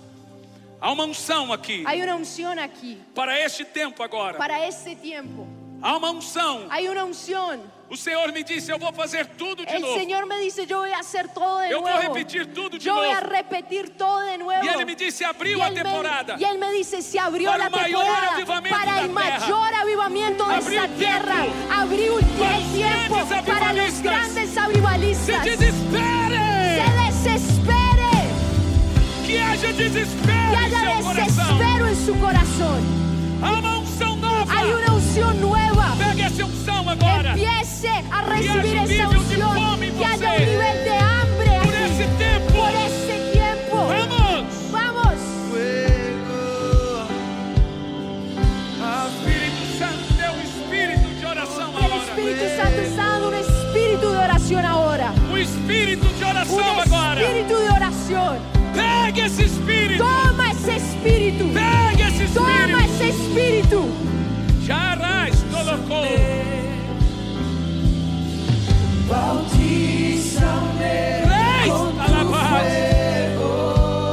Speaker 1: Há uma unção aqui
Speaker 2: Hay una unción aquí
Speaker 1: para este tempo agora.
Speaker 2: para este tiempo.
Speaker 1: Há uma unção.
Speaker 2: Hay una unción.
Speaker 1: O Senhor me disse: Eu vou fazer tudo de
Speaker 2: El
Speaker 1: novo.
Speaker 2: Señor me dice, yo voy a hacer todo de
Speaker 1: Eu vou
Speaker 2: nuevo.
Speaker 1: repetir tudo de
Speaker 2: Yo voy a
Speaker 1: novo.
Speaker 2: repetir todo de nuevo.
Speaker 1: E ele me disse: Abriu a
Speaker 2: él me-
Speaker 1: temporada.
Speaker 2: y él me dice, se abrió
Speaker 1: Para
Speaker 2: la
Speaker 1: el mayor
Speaker 2: temporada
Speaker 1: avivamiento de
Speaker 2: para el
Speaker 1: la tierra.
Speaker 2: mayor avivamiento de
Speaker 1: Abrió
Speaker 2: esta
Speaker 1: el tiempo.
Speaker 2: tierra. Abrió el
Speaker 1: Para los
Speaker 2: tiempo
Speaker 1: grandes
Speaker 2: para los
Speaker 1: avivalistas.
Speaker 2: grandes
Speaker 1: Se
Speaker 2: avivalistas.
Speaker 1: desespere.
Speaker 2: Se desespere,
Speaker 1: Que haja desespero
Speaker 2: que
Speaker 1: em seu
Speaker 2: haya
Speaker 1: coração.
Speaker 2: desespero en su corazón.
Speaker 1: Há uma unção nova.
Speaker 2: Hay una unción nueva.
Speaker 1: Pega essa unção agora.
Speaker 2: Empiece a recibir
Speaker 1: haya un
Speaker 2: esa
Speaker 1: nivel de
Speaker 2: unción.
Speaker 1: fome en
Speaker 2: Que haya un
Speaker 1: você.
Speaker 2: nivel de hambre
Speaker 1: Por
Speaker 2: aquí.
Speaker 1: esse tempo.
Speaker 2: por ese tiempo.
Speaker 1: Vamos.
Speaker 2: Vamos.
Speaker 1: Fuego. Espírito Santo, teu espírito de oração
Speaker 2: El
Speaker 1: agora.
Speaker 2: Espíritu Santo é está dando un espíritu de oración ahora.
Speaker 1: O espírito de
Speaker 2: Un
Speaker 1: oração agora.
Speaker 2: espíritu de oración.
Speaker 1: Pega esse espírito.
Speaker 2: Toma ese espíritu.
Speaker 1: Pega esse espírito.
Speaker 2: Toma ese espíritu.
Speaker 1: Charás colocou. Três alabardas.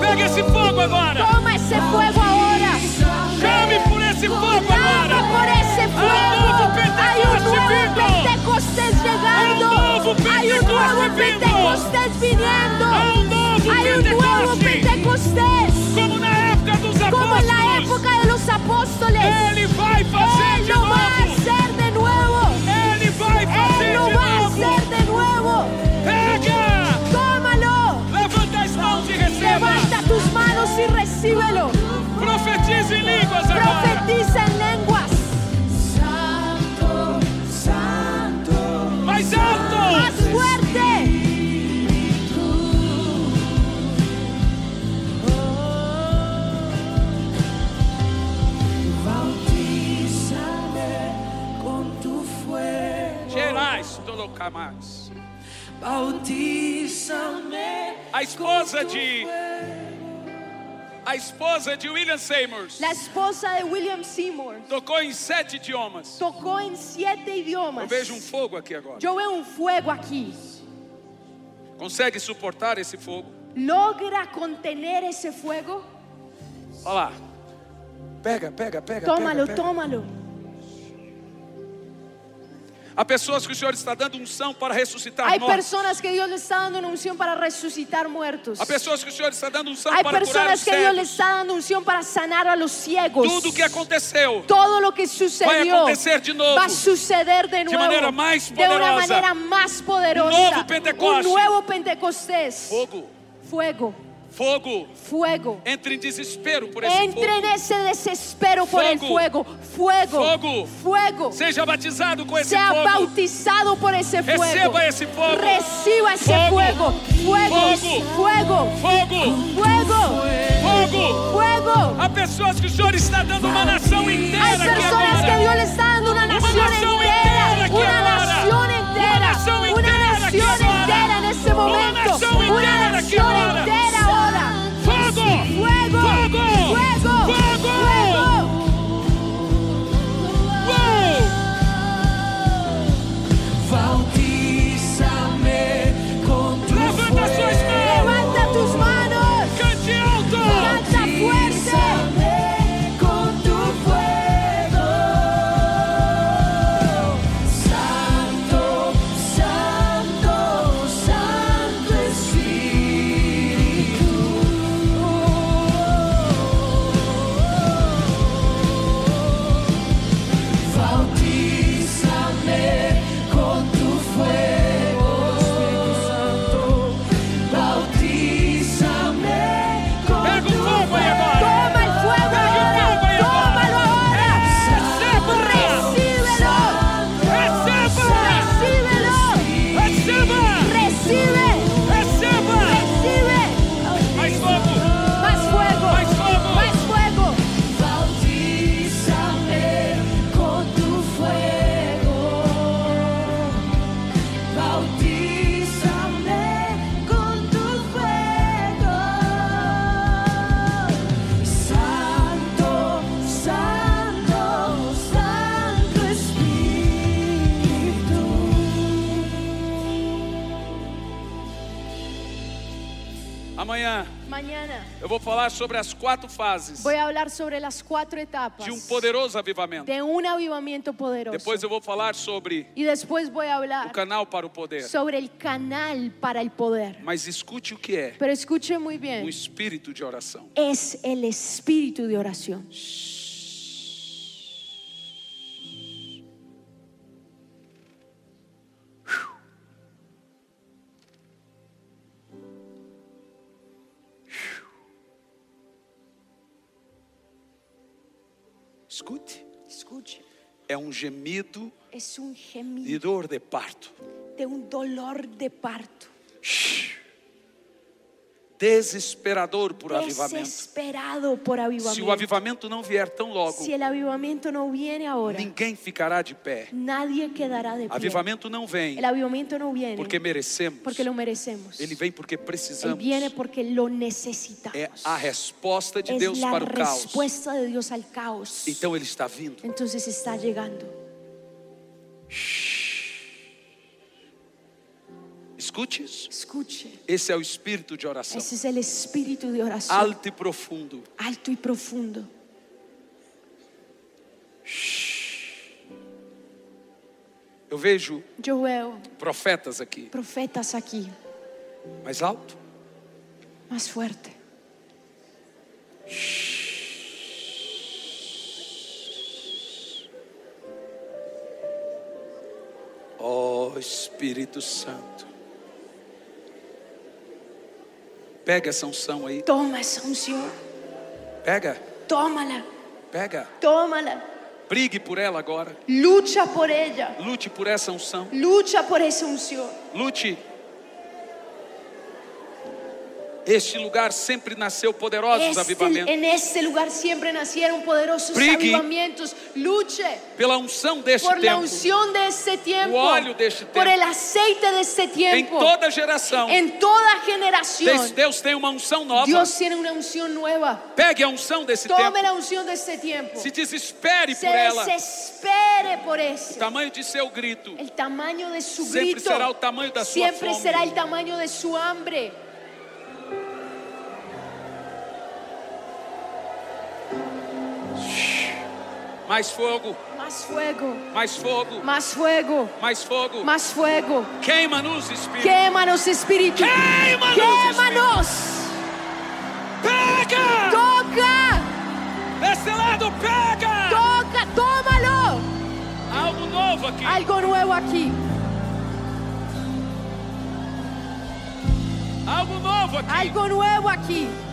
Speaker 1: Pega esse fogo agora.
Speaker 2: Toma ese fuego ahora.
Speaker 1: Chame por esse fogo
Speaker 2: Llama
Speaker 1: agora.
Speaker 2: por ese
Speaker 1: nuevo
Speaker 2: fuego. Hay un nuevo
Speaker 1: Pentecostés vindo.
Speaker 2: Pentecostés llegando. Hay un nuevo Pentecostés viniendo.
Speaker 1: Há um novo
Speaker 2: Hay un nuevo
Speaker 1: Pentecostes.
Speaker 2: Pentecostés.
Speaker 1: Como na época dos
Speaker 2: Como en la
Speaker 1: apóstolos.
Speaker 2: época de los apóstoles.
Speaker 1: Ele vai fazer
Speaker 2: Él
Speaker 1: de
Speaker 2: lo va a
Speaker 1: novo.
Speaker 2: hacer de nuevo.
Speaker 1: Ele vai
Speaker 2: Él
Speaker 1: fazer
Speaker 2: lo
Speaker 1: de
Speaker 2: va a
Speaker 1: novo.
Speaker 2: hacer de nuevo.
Speaker 1: Pega.
Speaker 2: Tómalo.
Speaker 1: Levanta as mãos e receba.
Speaker 2: Levanta tus manos y recíbelo.
Speaker 1: Profetize em línguas agora.
Speaker 2: Profetiza en lenguas.
Speaker 1: Mais alto.
Speaker 2: Más fuerte.
Speaker 3: con tu fuego,
Speaker 1: Gerais Tolocamais.
Speaker 3: bautízame.
Speaker 1: A esposa de. A esposa de William Seymour
Speaker 2: La esposa de William Seymour
Speaker 1: tocou em sete idiomas.
Speaker 2: tocó en siete
Speaker 1: Eu
Speaker 2: idiomas.
Speaker 1: vejo um fogo aqui agora.
Speaker 2: Yo veo un fuego aquí.
Speaker 1: Consegue suportar esse fogo?
Speaker 2: Logra contener ese fuego.
Speaker 1: Olha lá. Pega, pega, pega.
Speaker 2: Tómalo,
Speaker 1: pega, pega.
Speaker 2: tómalo.
Speaker 1: Há pessoas que o Senhor está dando unção para ressuscitar
Speaker 2: Hay
Speaker 1: mortos.
Speaker 2: personas que Dios le está dando una unción para resucitar muertos.
Speaker 1: Há pessoas que o Senhor está dando unção
Speaker 2: Hay
Speaker 1: para curar os
Speaker 2: personas que Dios le
Speaker 1: cegos.
Speaker 2: está dando unción para sanar a los ciegos.
Speaker 1: Tudo o que aconteceu.
Speaker 2: Todo lo que sucedió
Speaker 1: acontecer de novo.
Speaker 2: va a suceder de nuevo.
Speaker 1: maneira mais
Speaker 2: de una
Speaker 1: poderosa.
Speaker 2: manera más poderosa.
Speaker 1: Um novo Pentecoste.
Speaker 2: Un nuevo Pentecostés.
Speaker 1: Fogo,
Speaker 2: Fuego,
Speaker 1: fogo.
Speaker 2: fuego.
Speaker 1: Entre em desespero por esse
Speaker 2: Entre en
Speaker 1: fogo.
Speaker 2: ese desespero por el
Speaker 1: Fuego.
Speaker 2: fuego. Fuego.
Speaker 1: Fuego.
Speaker 2: Fuego.
Speaker 1: Seja batizado com esse
Speaker 2: Sea
Speaker 1: fogo.
Speaker 2: bautizado por ese fuego.
Speaker 1: Receba ese fuego.
Speaker 2: Reciba ese
Speaker 1: Fuego.
Speaker 2: fuego. Fuego.
Speaker 1: Fuego.
Speaker 2: Fuego.
Speaker 1: Fogo,
Speaker 2: Fuego.
Speaker 1: fogo.
Speaker 2: Fuego.
Speaker 1: Há pessoas que o Senhor está dando uma nação inteira
Speaker 2: Hay
Speaker 1: aqui
Speaker 2: personas que Dios
Speaker 1: agora.
Speaker 2: le está dando una nación
Speaker 1: nación entera
Speaker 2: entera,
Speaker 1: aquí
Speaker 2: una
Speaker 1: ahora.
Speaker 2: nación
Speaker 1: Una
Speaker 2: entera,
Speaker 1: nación
Speaker 2: una
Speaker 1: entera aquí
Speaker 2: nación
Speaker 1: ahora.
Speaker 2: entera en este
Speaker 1: Una
Speaker 2: momento,
Speaker 1: nación entera
Speaker 2: una
Speaker 1: aquí
Speaker 2: nación
Speaker 1: ahora.
Speaker 2: entera ahora.
Speaker 1: Fogo,
Speaker 2: Fuego,
Speaker 1: Fuego.
Speaker 2: fuego,
Speaker 1: Fuego.
Speaker 2: fuego.
Speaker 1: Uou!
Speaker 3: Bautízame con tu
Speaker 1: Levanta
Speaker 3: fuego.
Speaker 1: suas mãos.
Speaker 2: Levanta tus manos,
Speaker 1: Cante alto.
Speaker 2: canta fuerte.
Speaker 3: Bautízame con tu fuego. Santo.
Speaker 1: Amanhã
Speaker 2: Mañana
Speaker 1: eu vou falar sobre as quatro fases
Speaker 2: voy a hablar sobre las cuatro etapas
Speaker 1: de um poderoso avivamento.
Speaker 2: de un avivamiento poderoso.
Speaker 1: Depois eu vou falar sobre
Speaker 2: y después voy a
Speaker 1: o
Speaker 2: hablar
Speaker 1: canal para o poder.
Speaker 2: sobre el canal para el poder.
Speaker 1: Mas escute o que é
Speaker 2: Pero escuche muy
Speaker 1: um
Speaker 2: bien,
Speaker 1: espírito de oração.
Speaker 2: es el espíritu de oración.
Speaker 1: Escute.
Speaker 2: Escuche,
Speaker 1: É um gemido
Speaker 2: es un
Speaker 1: de
Speaker 2: gemido
Speaker 1: dor de parto.
Speaker 2: de un dolor de parto,
Speaker 1: Desesperador por avivamento.
Speaker 2: desesperado por avivamiento.
Speaker 1: Se é o avivamento não vier tão logo,
Speaker 2: Si el avivamiento no viene ahora,
Speaker 1: ninguém ficará de pé.
Speaker 2: nadie quedará de pie.
Speaker 1: Avivamento não vem
Speaker 2: El avivamiento no viene
Speaker 1: porque merecemos.
Speaker 2: porque lo merecemos.
Speaker 1: Ele vem porque
Speaker 2: Él
Speaker 1: precisamos.
Speaker 2: viene porque lo
Speaker 1: É
Speaker 2: necesitamos.
Speaker 1: a resposta de
Speaker 2: es
Speaker 1: Deus
Speaker 2: la
Speaker 1: Eh, para o caos.
Speaker 2: respuesta de Dios al caos.
Speaker 1: Então ele está vindo.
Speaker 2: Entonces está llegando.
Speaker 1: Escute isso.
Speaker 2: Escuche,
Speaker 1: Esse é o espírito de oração.
Speaker 2: ese es el espíritu de oración
Speaker 1: Alto e profundo.
Speaker 2: alto y profundo.
Speaker 1: Eu vejo
Speaker 2: Yo veo
Speaker 1: profetas aqui.
Speaker 2: profetas aquí,
Speaker 1: Mais alto.
Speaker 2: más fuerte.
Speaker 1: Ó Espírito Santo. Pega essa unção aí.
Speaker 2: Toma esa unción,
Speaker 1: Pega,
Speaker 2: tómala,
Speaker 1: pega.
Speaker 2: tómala,
Speaker 1: Brigue por ela agora.
Speaker 2: lucha por ella,
Speaker 1: Lute por essa unção.
Speaker 2: lucha por esa unción.
Speaker 1: Lute. Este lugar sempre nasceu poderosos
Speaker 2: Este-
Speaker 1: avivamentos.
Speaker 2: en este lugar siempre nacieron poderosos
Speaker 1: Brigue.
Speaker 2: avivamientos. Luche
Speaker 1: Pela unção deste
Speaker 2: é por la
Speaker 1: tempo.
Speaker 2: unción de este tiempo,
Speaker 1: O óleo de este
Speaker 2: por
Speaker 1: tiempo.
Speaker 2: el aceite de este
Speaker 1: Em
Speaker 2: tiempo,
Speaker 1: toda geração.
Speaker 2: en toda generación.
Speaker 1: Deus- Deus tem uma unção nova.
Speaker 2: Dios tiene una unción nueva.
Speaker 1: Pegue a unção desse tempo.
Speaker 2: Tome la unción de este tiempo.
Speaker 1: Se desespere
Speaker 2: Se
Speaker 1: por ela.
Speaker 2: desespere por
Speaker 1: O
Speaker 2: eso.
Speaker 1: tamanho de seu grito.
Speaker 2: El tamaño de su
Speaker 1: Siempre
Speaker 2: grito
Speaker 1: será el tamaño de su
Speaker 2: siempre
Speaker 1: fome.
Speaker 2: será el tamaño de su hambre.
Speaker 1: Mais fogo,
Speaker 2: Más fuego,
Speaker 1: mais fogo,
Speaker 2: más fuego,
Speaker 1: mais fogo.
Speaker 2: más fuego.
Speaker 1: Queima-nos, Espírito.
Speaker 2: Quémanos, Espíritu.
Speaker 1: Quémanos,
Speaker 2: Quémanos.
Speaker 1: Pega!
Speaker 2: Toca,
Speaker 1: Desse lado, pega!
Speaker 2: toca, tómalo.
Speaker 1: Algo novo aqui.
Speaker 2: Algo nuevo aquí,
Speaker 1: Algo novo aqui.
Speaker 2: algo nuevo aquí,